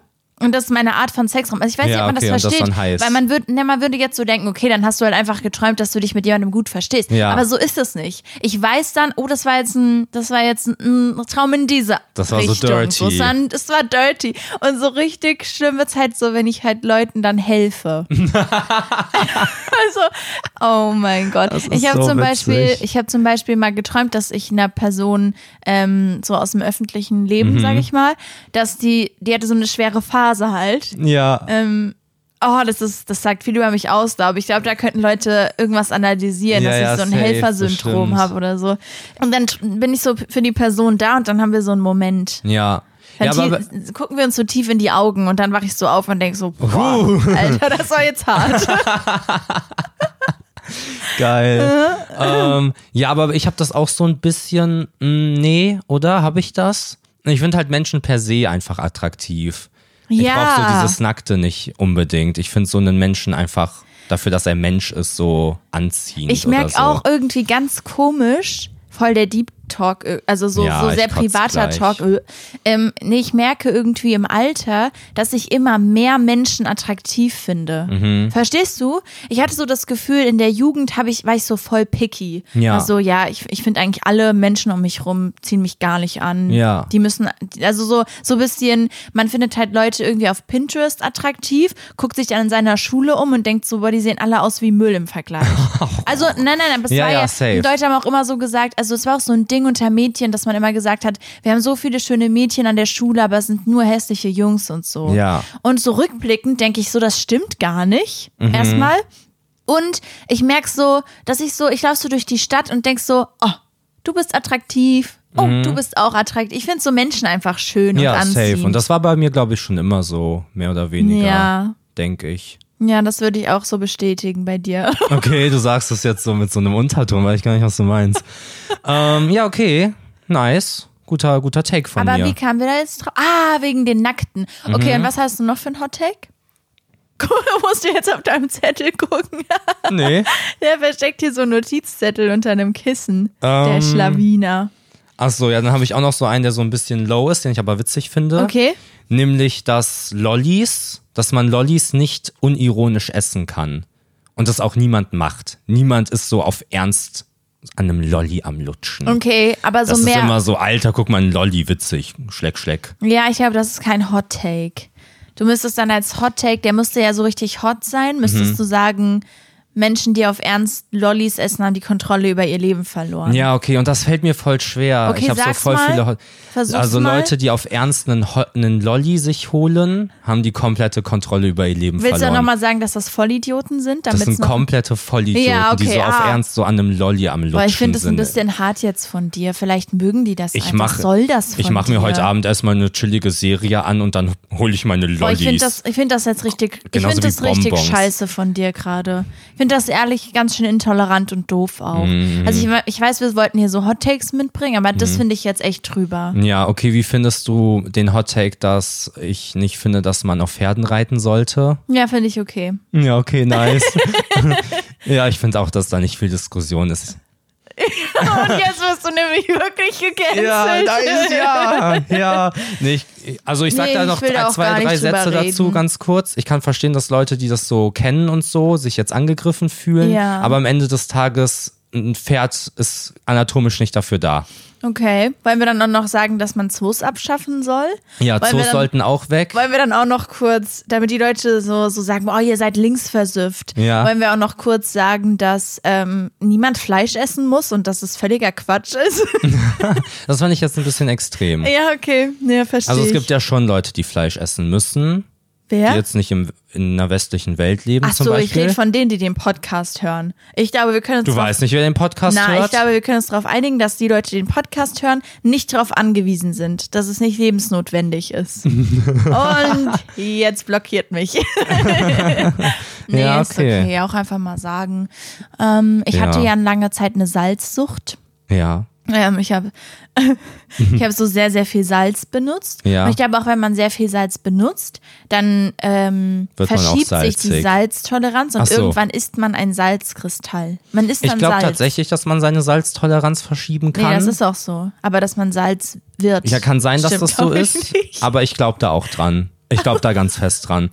S2: Und das ist meine Art von Sexraum. Also ich weiß
S1: Ja,
S2: nicht, ob man
S1: okay, und
S2: das
S1: das
S2: versteht.
S1: dann heiß.
S2: Weil man würde, ne, man würde jetzt so denken, okay, dann hast du halt einfach geträumt, dass du dich mit jemandem gut verstehst.
S1: Ja.
S2: Aber so ist es nicht. Ich weiß dann, oh, das war jetzt ein, das war jetzt ein, ein Traum in dieser
S1: Das war so
S2: Richtung.
S1: dirty.
S2: es, war, es war dirty. Und so richtig schlimm wird es halt so, wenn ich halt Leuten dann helfe. also, oh mein Gott.
S1: ist
S2: Ich habe
S1: so
S2: zum
S1: witzig.
S2: Beispiel, ich habe zum Beispiel mal geträumt, dass ich einer Person ähm, so aus dem öffentlichen Leben,
S1: Mhm.
S2: sage ich mal, dass die, die hatte so eine schwere Phase halt.
S1: Ja.
S2: Oh, das ist, das sagt viel über mich aus, glaube ich. Ich glaube, da könnten Leute irgendwas analysieren,
S1: Ja,
S2: dass
S1: ja,
S2: ich so ein
S1: safe,
S2: Helfersyndrom
S1: bestimmt.
S2: habe oder so. Und dann tr- bin ich so für die Person da und dann haben wir so einen Moment.
S1: ja.
S2: Dann
S1: Ja, aber,
S2: tie- gucken wir uns so tief in die Augen und dann wache ich so auf und denk so, boah, Alter, das war jetzt hart.
S1: Geil.
S2: Äh?
S1: ähm, ja, aber ich habe das auch so ein bisschen, mh, nee, oder? Habe ich das? Ich finde halt Menschen per se einfach attraktiv. Ich
S2: Ja.
S1: brauche so dieses Nackte nicht unbedingt. Ich finde so einen Menschen einfach dafür, dass er Mensch ist, so anziehend.
S2: Ich merke
S1: oder so.
S2: auch äh, irgendwie ganz komisch, voll der Deep Talk, äh, also so,
S1: Ja,
S2: so
S1: ich
S2: sehr
S1: kotz
S2: privater
S1: gleich.
S2: Talk. äh. Ähm, nee, ich merke irgendwie im Alter, dass ich immer mehr Menschen attraktiv finde.
S1: Mhm.
S2: Verstehst du? Ich hatte so das Gefühl, in der Jugend habe ich, war ich so voll picky.
S1: Ja.
S2: Also ja, ich, ich finde eigentlich alle Menschen um mich rum ziehen mich gar nicht an.
S1: Ja.
S2: Die müssen, also so, so ein bisschen, man findet halt Leute irgendwie auf Pinterest attraktiv, guckt sich dann in seiner Schule um und denkt so, boah, die sehen alle aus wie Müll im Vergleich. Also, nein, nein, nein, das
S1: Ja,
S2: war
S1: ja,
S2: ja,
S1: safe.
S2: die Leute haben auch immer so gesagt, also es war auch so ein Ding unter Mädchen, dass man immer gesagt hat, wir haben so viele schöne Mädchen an der Schule, aber es sind nur hässliche Jungs und so.
S1: Ja.
S2: Und so rückblickend denke ich so, das stimmt gar nicht.
S1: Mhm.
S2: Erstmal. Und ich merke so, dass ich so, ich laufe so durch die Stadt und denk so, oh, du bist attraktiv. Oh, du bist auch attraktiv. Ich finde so Menschen einfach schön und
S1: Mhm. Ja,
S2: anziehend.
S1: safe. Und das war bei mir, glaube ich, schon immer so, mehr oder weniger.
S2: Ja.
S1: Denke ich.
S2: ja, das würde ich auch so bestätigen bei dir.
S1: Okay, du sagst es jetzt so mit so einem Unterton, weil ich gar nicht, was du meinst. ähm, ja, okay. Nice. Guter, guter Take von
S2: Aber
S1: mir. Mhm.
S2: wie kamen wir da jetzt drauf? Ah, wegen den Nackten. Okay, und was hast du noch für ein Hot Take? Guck, Du musst dir jetzt auf deinem Zettel gucken.
S1: nee.
S2: Der versteckt hier so einen Notizzettel unter einem Kissen. Der
S1: Ähm.
S2: Schlawiner.
S1: Achso, ja, dann habe ich auch noch so einen, der so ein bisschen low ist, den ich aber witzig finde.
S2: Okay.
S1: Nämlich, dass Lollis, dass man Lollis nicht unironisch essen kann. Und das auch niemand macht. Niemand ist so auf Ernst an einem Lolli am Lutschen.
S2: Okay, aber so
S1: das
S2: mehr.
S1: ist immer so, Alter, guck mal, ein Lolli, witzig. Schleck, schleck.
S2: Ja, ich glaube, das ist kein Hot Take. Du müsstest dann als Hot Take, der müsste ja so richtig hot sein,
S1: Mhm.
S2: müsstest du sagen, Menschen, die auf Ernst Lollis essen, haben die Kontrolle über ihr Leben verloren.
S1: Ja, okay, und das fällt mir voll schwer.
S2: Okay,
S1: ich habe so
S2: sag's
S1: voll
S2: mal.
S1: viele. Ho-
S2: Versuch's
S1: also
S2: mal.
S1: Leute, die auf Ernst einen, Ho- einen Lolli sich holen, haben die komplette Kontrolle über ihr Leben
S2: Willst du auch
S1: verloren.
S2: nochmal sagen, dass das Vollidioten sind?
S1: das
S2: damit's
S1: sind
S2: noch-
S1: komplette Vollidioten,
S2: Ja,
S1: die
S2: okay,
S1: so auf
S2: ah.
S1: Ernst so an einem Lolli am Lutschen
S2: Boah, ich finde das ein
S1: sind.
S2: bisschen hart jetzt von dir. Vielleicht mögen die das
S1: ich
S2: einfach.
S1: mach,
S2: Was soll das von
S1: Ich mache mir
S2: dir?
S1: heute Abend erstmal eine chillige Serie an und dann hole ich meine
S2: Boah,
S1: Lollis.
S2: ich finde das, ich find das jetzt richtig, ich
S1: Genauso
S2: finde das
S1: wie
S2: richtig
S1: Bonbons.
S2: scheiße von dir gerade. Ich finde das ehrlich ganz schön intolerant und doof auch.
S1: Mhm.
S2: Also ich, we- ich weiß, wir wollten hier so Hottakes mitbringen, aber das finde ich jetzt echt drüber.
S1: ja, okay, wie findest du den Hot Take, dass ich nicht finde, dass man auf Pferden reiten sollte?
S2: Ja, finde ich okay.
S1: Ja, okay, nice. ja, ich finde auch, dass da nicht viel Diskussion ist.
S2: Und jetzt wirst du nämlich wirklich gecancelt.
S1: ja, ja. Nee, ich, also ich sag
S2: Nee,
S1: da noch
S2: ich will da
S1: drei-
S2: auch gar
S1: zwei, drei
S2: nicht drüber
S1: Sätze dazu,
S2: reden.
S1: ganz kurz. Ich kann verstehen, dass Leute, die das so kennen und so, sich jetzt angegriffen fühlen.
S2: Ja.
S1: Aber am Ende des Tages, ein Pferd ist anatomisch nicht dafür da.
S2: Okay, wollen wir dann auch noch sagen, dass man Zoos abschaffen soll?
S1: Ja,
S2: wollen wir
S1: Zoos
S2: dann,
S1: sollten auch weg.
S2: Wollen wir dann auch noch kurz, damit die Leute so, so sagen, oh, ihr seid linksversifft,
S1: Ja.
S2: wollen wir auch noch kurz sagen, dass ähm, niemand Fleisch essen muss und dass es völliger Quatsch ist?
S1: Das fand ich jetzt ein bisschen extrem.
S2: ja, okay, ja, verstehe
S1: Also es
S2: ich.
S1: gibt ja schon Leute, die Fleisch essen müssen, die
S2: Wer?
S1: jetzt nicht im, in einer westlichen Welt leben
S2: Ach
S1: zum
S2: so, ich
S1: Beispiel.
S2: rede von denen, die den Podcast hören. Ich glaube, wir können uns
S1: du
S2: drauf-
S1: weißt nicht, wer den Podcast
S2: Na,
S1: hört.
S2: ich glaube, wir können uns darauf einigen, dass die Leute, die den Podcast hören, nicht darauf angewiesen sind, dass es nicht lebensnotwendig ist. Und jetzt blockiert mich. nee,
S1: Ja,
S2: ist
S1: okay.
S2: okay. Auch einfach mal sagen. Ähm, ich
S1: Ja.
S2: hatte ja lange Zeit eine Salzsucht.
S1: ja.
S2: Ähm, ich habe ich hab so sehr, sehr viel Salz benutzt.
S1: Ja.
S2: Und ich glaube, auch wenn man sehr viel Salz benutzt, dann ähm,
S1: Wird man auch
S2: verschiebt sich
S1: salzig.
S2: die Salztoleranz und
S1: Ach so.
S2: irgendwann isst man ein Salzkristall. Man isst
S1: Ich
S2: dann
S1: glaube
S2: Salz.
S1: tatsächlich, dass man seine Salztoleranz verschieben
S2: Nee,
S1: kann.
S2: das ist auch so. Aber dass man Salz wird.
S1: ja, kann sein, dass
S2: Stimmt,
S1: das so
S2: glaub ich
S1: ist,
S2: nicht.
S1: aber ich glaube da auch dran. Ich glaube da ganz fest dran.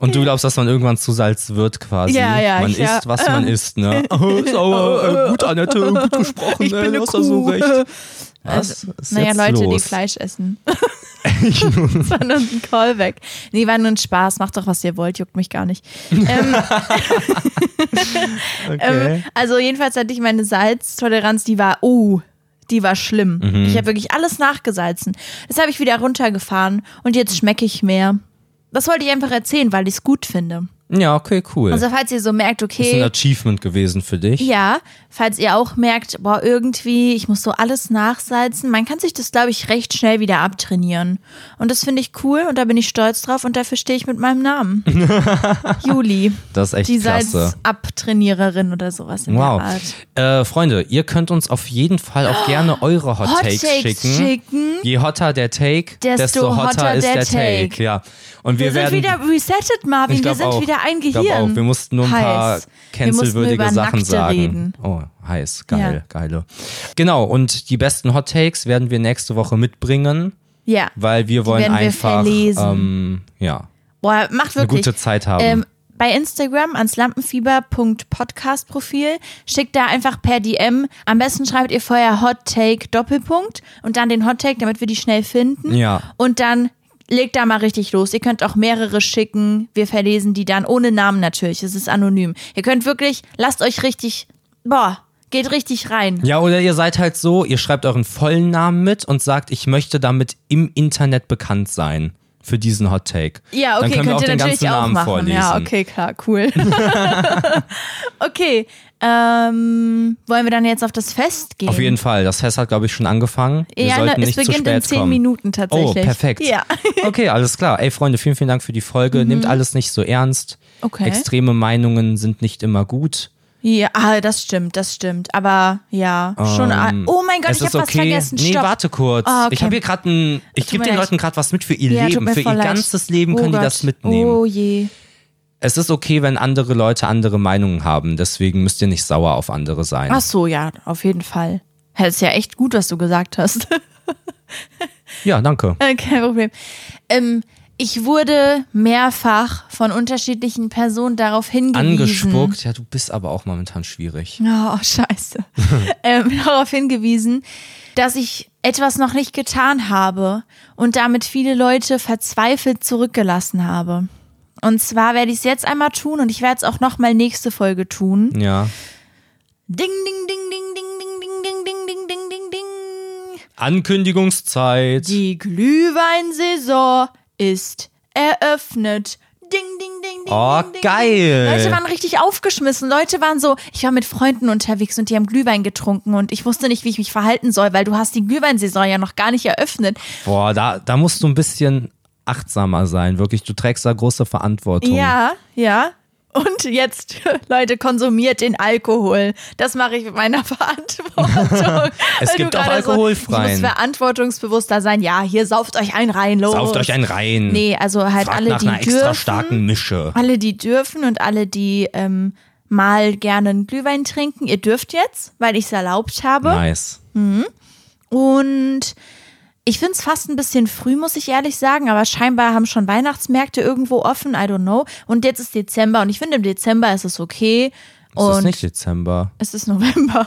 S1: Und du glaubst, dass man irgendwann zu Salz wird quasi.
S2: Ja, ja,
S1: man
S2: ich- ja. Ähm.
S1: isst, was man isst, ne? Oh, sauer, äh, gut, Annette, gut gesprochen,
S2: Ich
S1: ne?
S2: bin eine
S1: du hast da so
S2: Kuh.
S1: recht. Was
S2: Also,
S1: ist
S2: naja,
S1: jetzt
S2: Leute,
S1: los?
S2: die Fleisch essen. das war nur ein Callback. Nee, war nur ein Spaß. Macht doch, was ihr wollt. Juckt mich gar nicht. Ähm,
S1: Okay.
S2: ähm, also, jedenfalls hatte ich meine Salztoleranz, die war, oh, die war schlimm. Ich habe wirklich alles nachgesalzen. Das habe ich wieder runtergefahren und jetzt schmecke ich mehr. Das wollte ich einfach erzählen, weil ich es gut finde.
S1: Ja, okay, cool.
S2: Also, falls ihr so merkt,
S1: ist ein
S2: okay,
S1: Achievement gewesen für dich.
S2: Ja, falls ihr auch merkt, boah, irgendwie, ich muss so alles nachsalzen, man kann sich das, glaube ich, recht schnell wieder abtrainieren. Und das finde ich cool und da bin ich stolz drauf und dafür stehe ich mit meinem Namen. Juli.
S1: Das ist echt
S2: Die
S1: klasse.
S2: Salzabtrainiererin oder sowas in
S1: Wow.
S2: der Art.
S1: Äh, Freunde, ihr könnt uns auf jeden Fall auch gerne eure Hot,
S2: Hot
S1: Takes,
S2: Takes
S1: schicken.
S2: schicken.
S1: Je hotter der Take,
S2: Desto
S1: hotter,
S2: hotter
S1: ist
S2: der
S1: der Take.
S2: Take.
S1: Ja. Und wir,
S2: Wir sind
S1: werden
S2: wieder resettet, Marvin.
S1: Ich
S2: wir
S1: glaub
S2: sind
S1: auch.
S2: wieder ein
S1: Ich glaub
S2: Gehirn.
S1: auch. Wir mussten nur ein paar
S2: Heiß. Wir mussten
S1: cancelwürdige
S2: über
S1: Sachen
S2: Nackte
S1: sagen.
S2: Reden.
S1: Oh, heiß, geil, geile. Genau, und die besten Hot Takes werden wir nächste Woche mitbringen,
S2: Ja.
S1: weil wir wollen
S2: werden wir
S1: einfach
S2: verlesen.
S1: ähm, ja,
S2: Boah, macht
S1: eine
S2: wirklich.
S1: gute Zeit haben.
S2: Ähm, bei Instagram ans Lampenfieber.podcast-Profil. Schickt da einfach per DM. Am besten schreibt ihr vorher Hot Take Doppelpunkt und dann den Hot Take, damit wir die schnell finden.
S1: Ja.
S2: Und dann legt da mal richtig los. Ihr könnt auch mehrere schicken. Wir verlesen die dann ohne Namen natürlich. Es ist anonym. Ihr könnt wirklich, lasst euch richtig, boah, geht richtig rein.
S1: ja, oder ihr seid halt so, ihr schreibt euren vollen Namen mit und sagt, ich möchte damit im Internet bekannt sein für diesen Hot Take.
S2: Ja, okay,
S1: Dann können wir
S2: könnt
S1: auch
S2: ihr
S1: den
S2: natürlich
S1: ganzen
S2: auch
S1: Namen
S2: machen.
S1: vorlesen.
S2: Ja, okay, klar, cool. okay, ähm, wollen wir dann jetzt auf das Fest gehen?
S1: Auf jeden Fall, das Fest hat glaube ich schon angefangen. Wir
S2: Ja,
S1: sollten
S2: ne, es
S1: nicht zu
S2: beginnt
S1: spät
S2: in zehn
S1: kommen.
S2: Minuten tatsächlich.
S1: Oh, perfekt.
S2: Ja. Mhm.
S1: okay, alles klar. Ey, Freunde, vielen, vielen Dank für die Folge. Nehmt alles nicht so ernst.
S2: Okay.
S1: Extreme Meinungen sind nicht immer gut.
S2: Ja, ah, das stimmt, das stimmt. Aber ja, schon. ah, Oh mein
S1: Ähm,
S2: Gott,
S1: es
S2: ich hab
S1: ist okay.
S2: was vergessen.
S1: Nee,
S2: Stopp.
S1: warte kurz.
S2: Ah, okay.
S1: Ich habe hier gerade ein. Ich
S2: Tut mir
S1: gebe den
S2: leid.
S1: Leuten gerade was mit für ihr
S2: ja, tut
S1: Leben.
S2: mir
S1: Für ihr
S2: voll leid.
S1: ganzes Leben
S2: oh
S1: können
S2: Gott.
S1: die das mitnehmen.
S2: Oh je.
S1: Es ist okay, wenn andere Leute andere Meinungen haben. Deswegen müsst ihr nicht sauer auf andere sein.
S2: Ach so, ja, auf jeden Fall. Das ist ja echt gut, was du gesagt hast.
S1: Ja, danke.
S2: Äh, Kein Problem. Ähm, ich wurde mehrfach von unterschiedlichen Personen darauf hingewiesen.
S1: Angespuckt. Ja, du bist aber auch momentan schwierig.
S2: Oh, scheiße. ähm, darauf hingewiesen, dass ich etwas noch nicht getan habe und damit viele Leute verzweifelt zurückgelassen habe. Und zwar werde ich es jetzt einmal tun und ich werde es auch nochmal nächste Folge tun.
S1: Ja.
S2: Ding, ding, ding, ding, ding, ding, ding, ding, ding, ding, ding, ding, ding.
S1: Ankündigungszeit.
S2: Die Glühweinsaison ist eröffnet. Ding, ding, ding, ding.
S1: Oh,
S2: ding, ding,
S1: geil.
S2: Leute waren richtig aufgeschmissen. Leute waren so, ich war mit Freunden unterwegs und die haben Glühwein getrunken und ich wusste nicht, wie ich mich verhalten soll, weil du hast die Glühweinsaison ja noch gar nicht eröffnet.
S1: Boah, da, da musst du ein bisschen achtsamer sein. Wirklich, du trägst da große Verantwortung.
S2: Ja, ja. Und jetzt, Leute, konsumiert den Alkohol. Das mache ich mit meiner Verantwortung.
S1: Es
S2: Weil
S1: gibt
S2: du
S1: auch
S2: gerade so,
S1: alkoholfreien.
S2: Ich muss verantwortungsbewusster sein. Ja, hier sauft euch einen rein, los.
S1: Sauft euch einen rein.
S2: Nee, also halt
S1: Fragt
S2: alle,
S1: nach
S2: die
S1: einer extra
S2: dürfen.
S1: starken Mische.
S2: Alle, die dürfen und alle, die ähm, mal gerne einen Glühwein trinken, ihr dürft jetzt, weil ich es erlaubt habe.
S1: Nice.
S2: Und ich finde es fast ein bisschen früh, muss ich ehrlich sagen, aber scheinbar haben schon Weihnachtsmärkte irgendwo offen, I don't know. Und jetzt ist Dezember und ich finde, im Dezember ist es okay.
S1: Es ist
S2: und
S1: nicht Dezember.
S2: es ist November.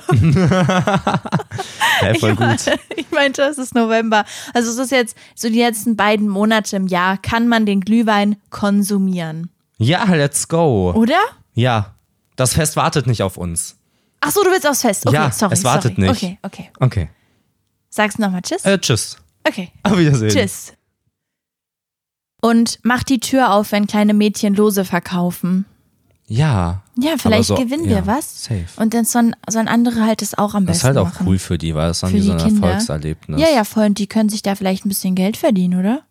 S1: Hey, voll gut.
S2: ich meinte, es ist November. Also es ist jetzt so die letzten beiden Monate im Jahr, kann man den Glühwein konsumieren,
S1: Ja, let's go.
S2: oder?
S1: Ja, das Fest wartet nicht auf uns.
S2: Ach so, du willst aufs Fest. Okay,
S1: Ja,
S2: sorry,
S1: es wartet
S2: sorry.
S1: nicht.
S2: Okay, okay.
S1: Okay.
S2: Sag's nochmal Tschüss.
S1: Äh, tschüss.
S2: Okay,
S1: Auf Wiedersehen.
S2: Tschüss. Und mach die Tür auf, wenn kleine Mädchen Lose verkaufen.
S1: Ja.
S2: Ja,
S1: aber
S2: vielleicht
S1: so,
S2: gewinnen
S1: ja,
S2: wir was.
S1: Safe.
S2: Und dann sollen, sollen andere halt es auch am
S1: Das
S2: besten
S1: ist halt auch
S2: machen.
S1: cool für die, weil das dann
S2: Für
S1: wie so ein
S2: die Kinder.
S1: Erfolgserlebnis.
S2: Ja, ja, voll. Und die können sich da vielleicht ein bisschen Geld verdienen, oder?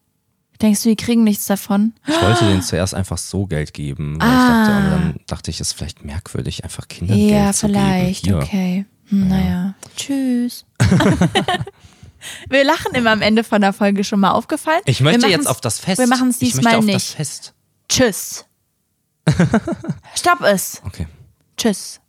S2: Denkst du, die kriegen nichts davon?
S1: Ich wollte denen zuerst einfach so Geld geben, weil ich dachte, aber dann dachte ich, es ist vielleicht merkwürdig, einfach Kindern
S2: Ah. ja,
S1: Geld zu geben.
S2: vielleicht.
S1: Hier.
S2: Okay. Hm, Naja. Tschüss. wir lachen immer am Ende von der Folge schon mal aufgefallen.
S1: Ich
S2: Wir
S1: möchte
S2: machen's-
S1: jetzt auf das Fest.
S2: Wir machen es
S1: Ich möchte
S2: diesmal
S1: auf das
S2: nicht.
S1: Fest.
S2: Tschüss. Stopp es.
S1: Okay.
S2: Tschüss.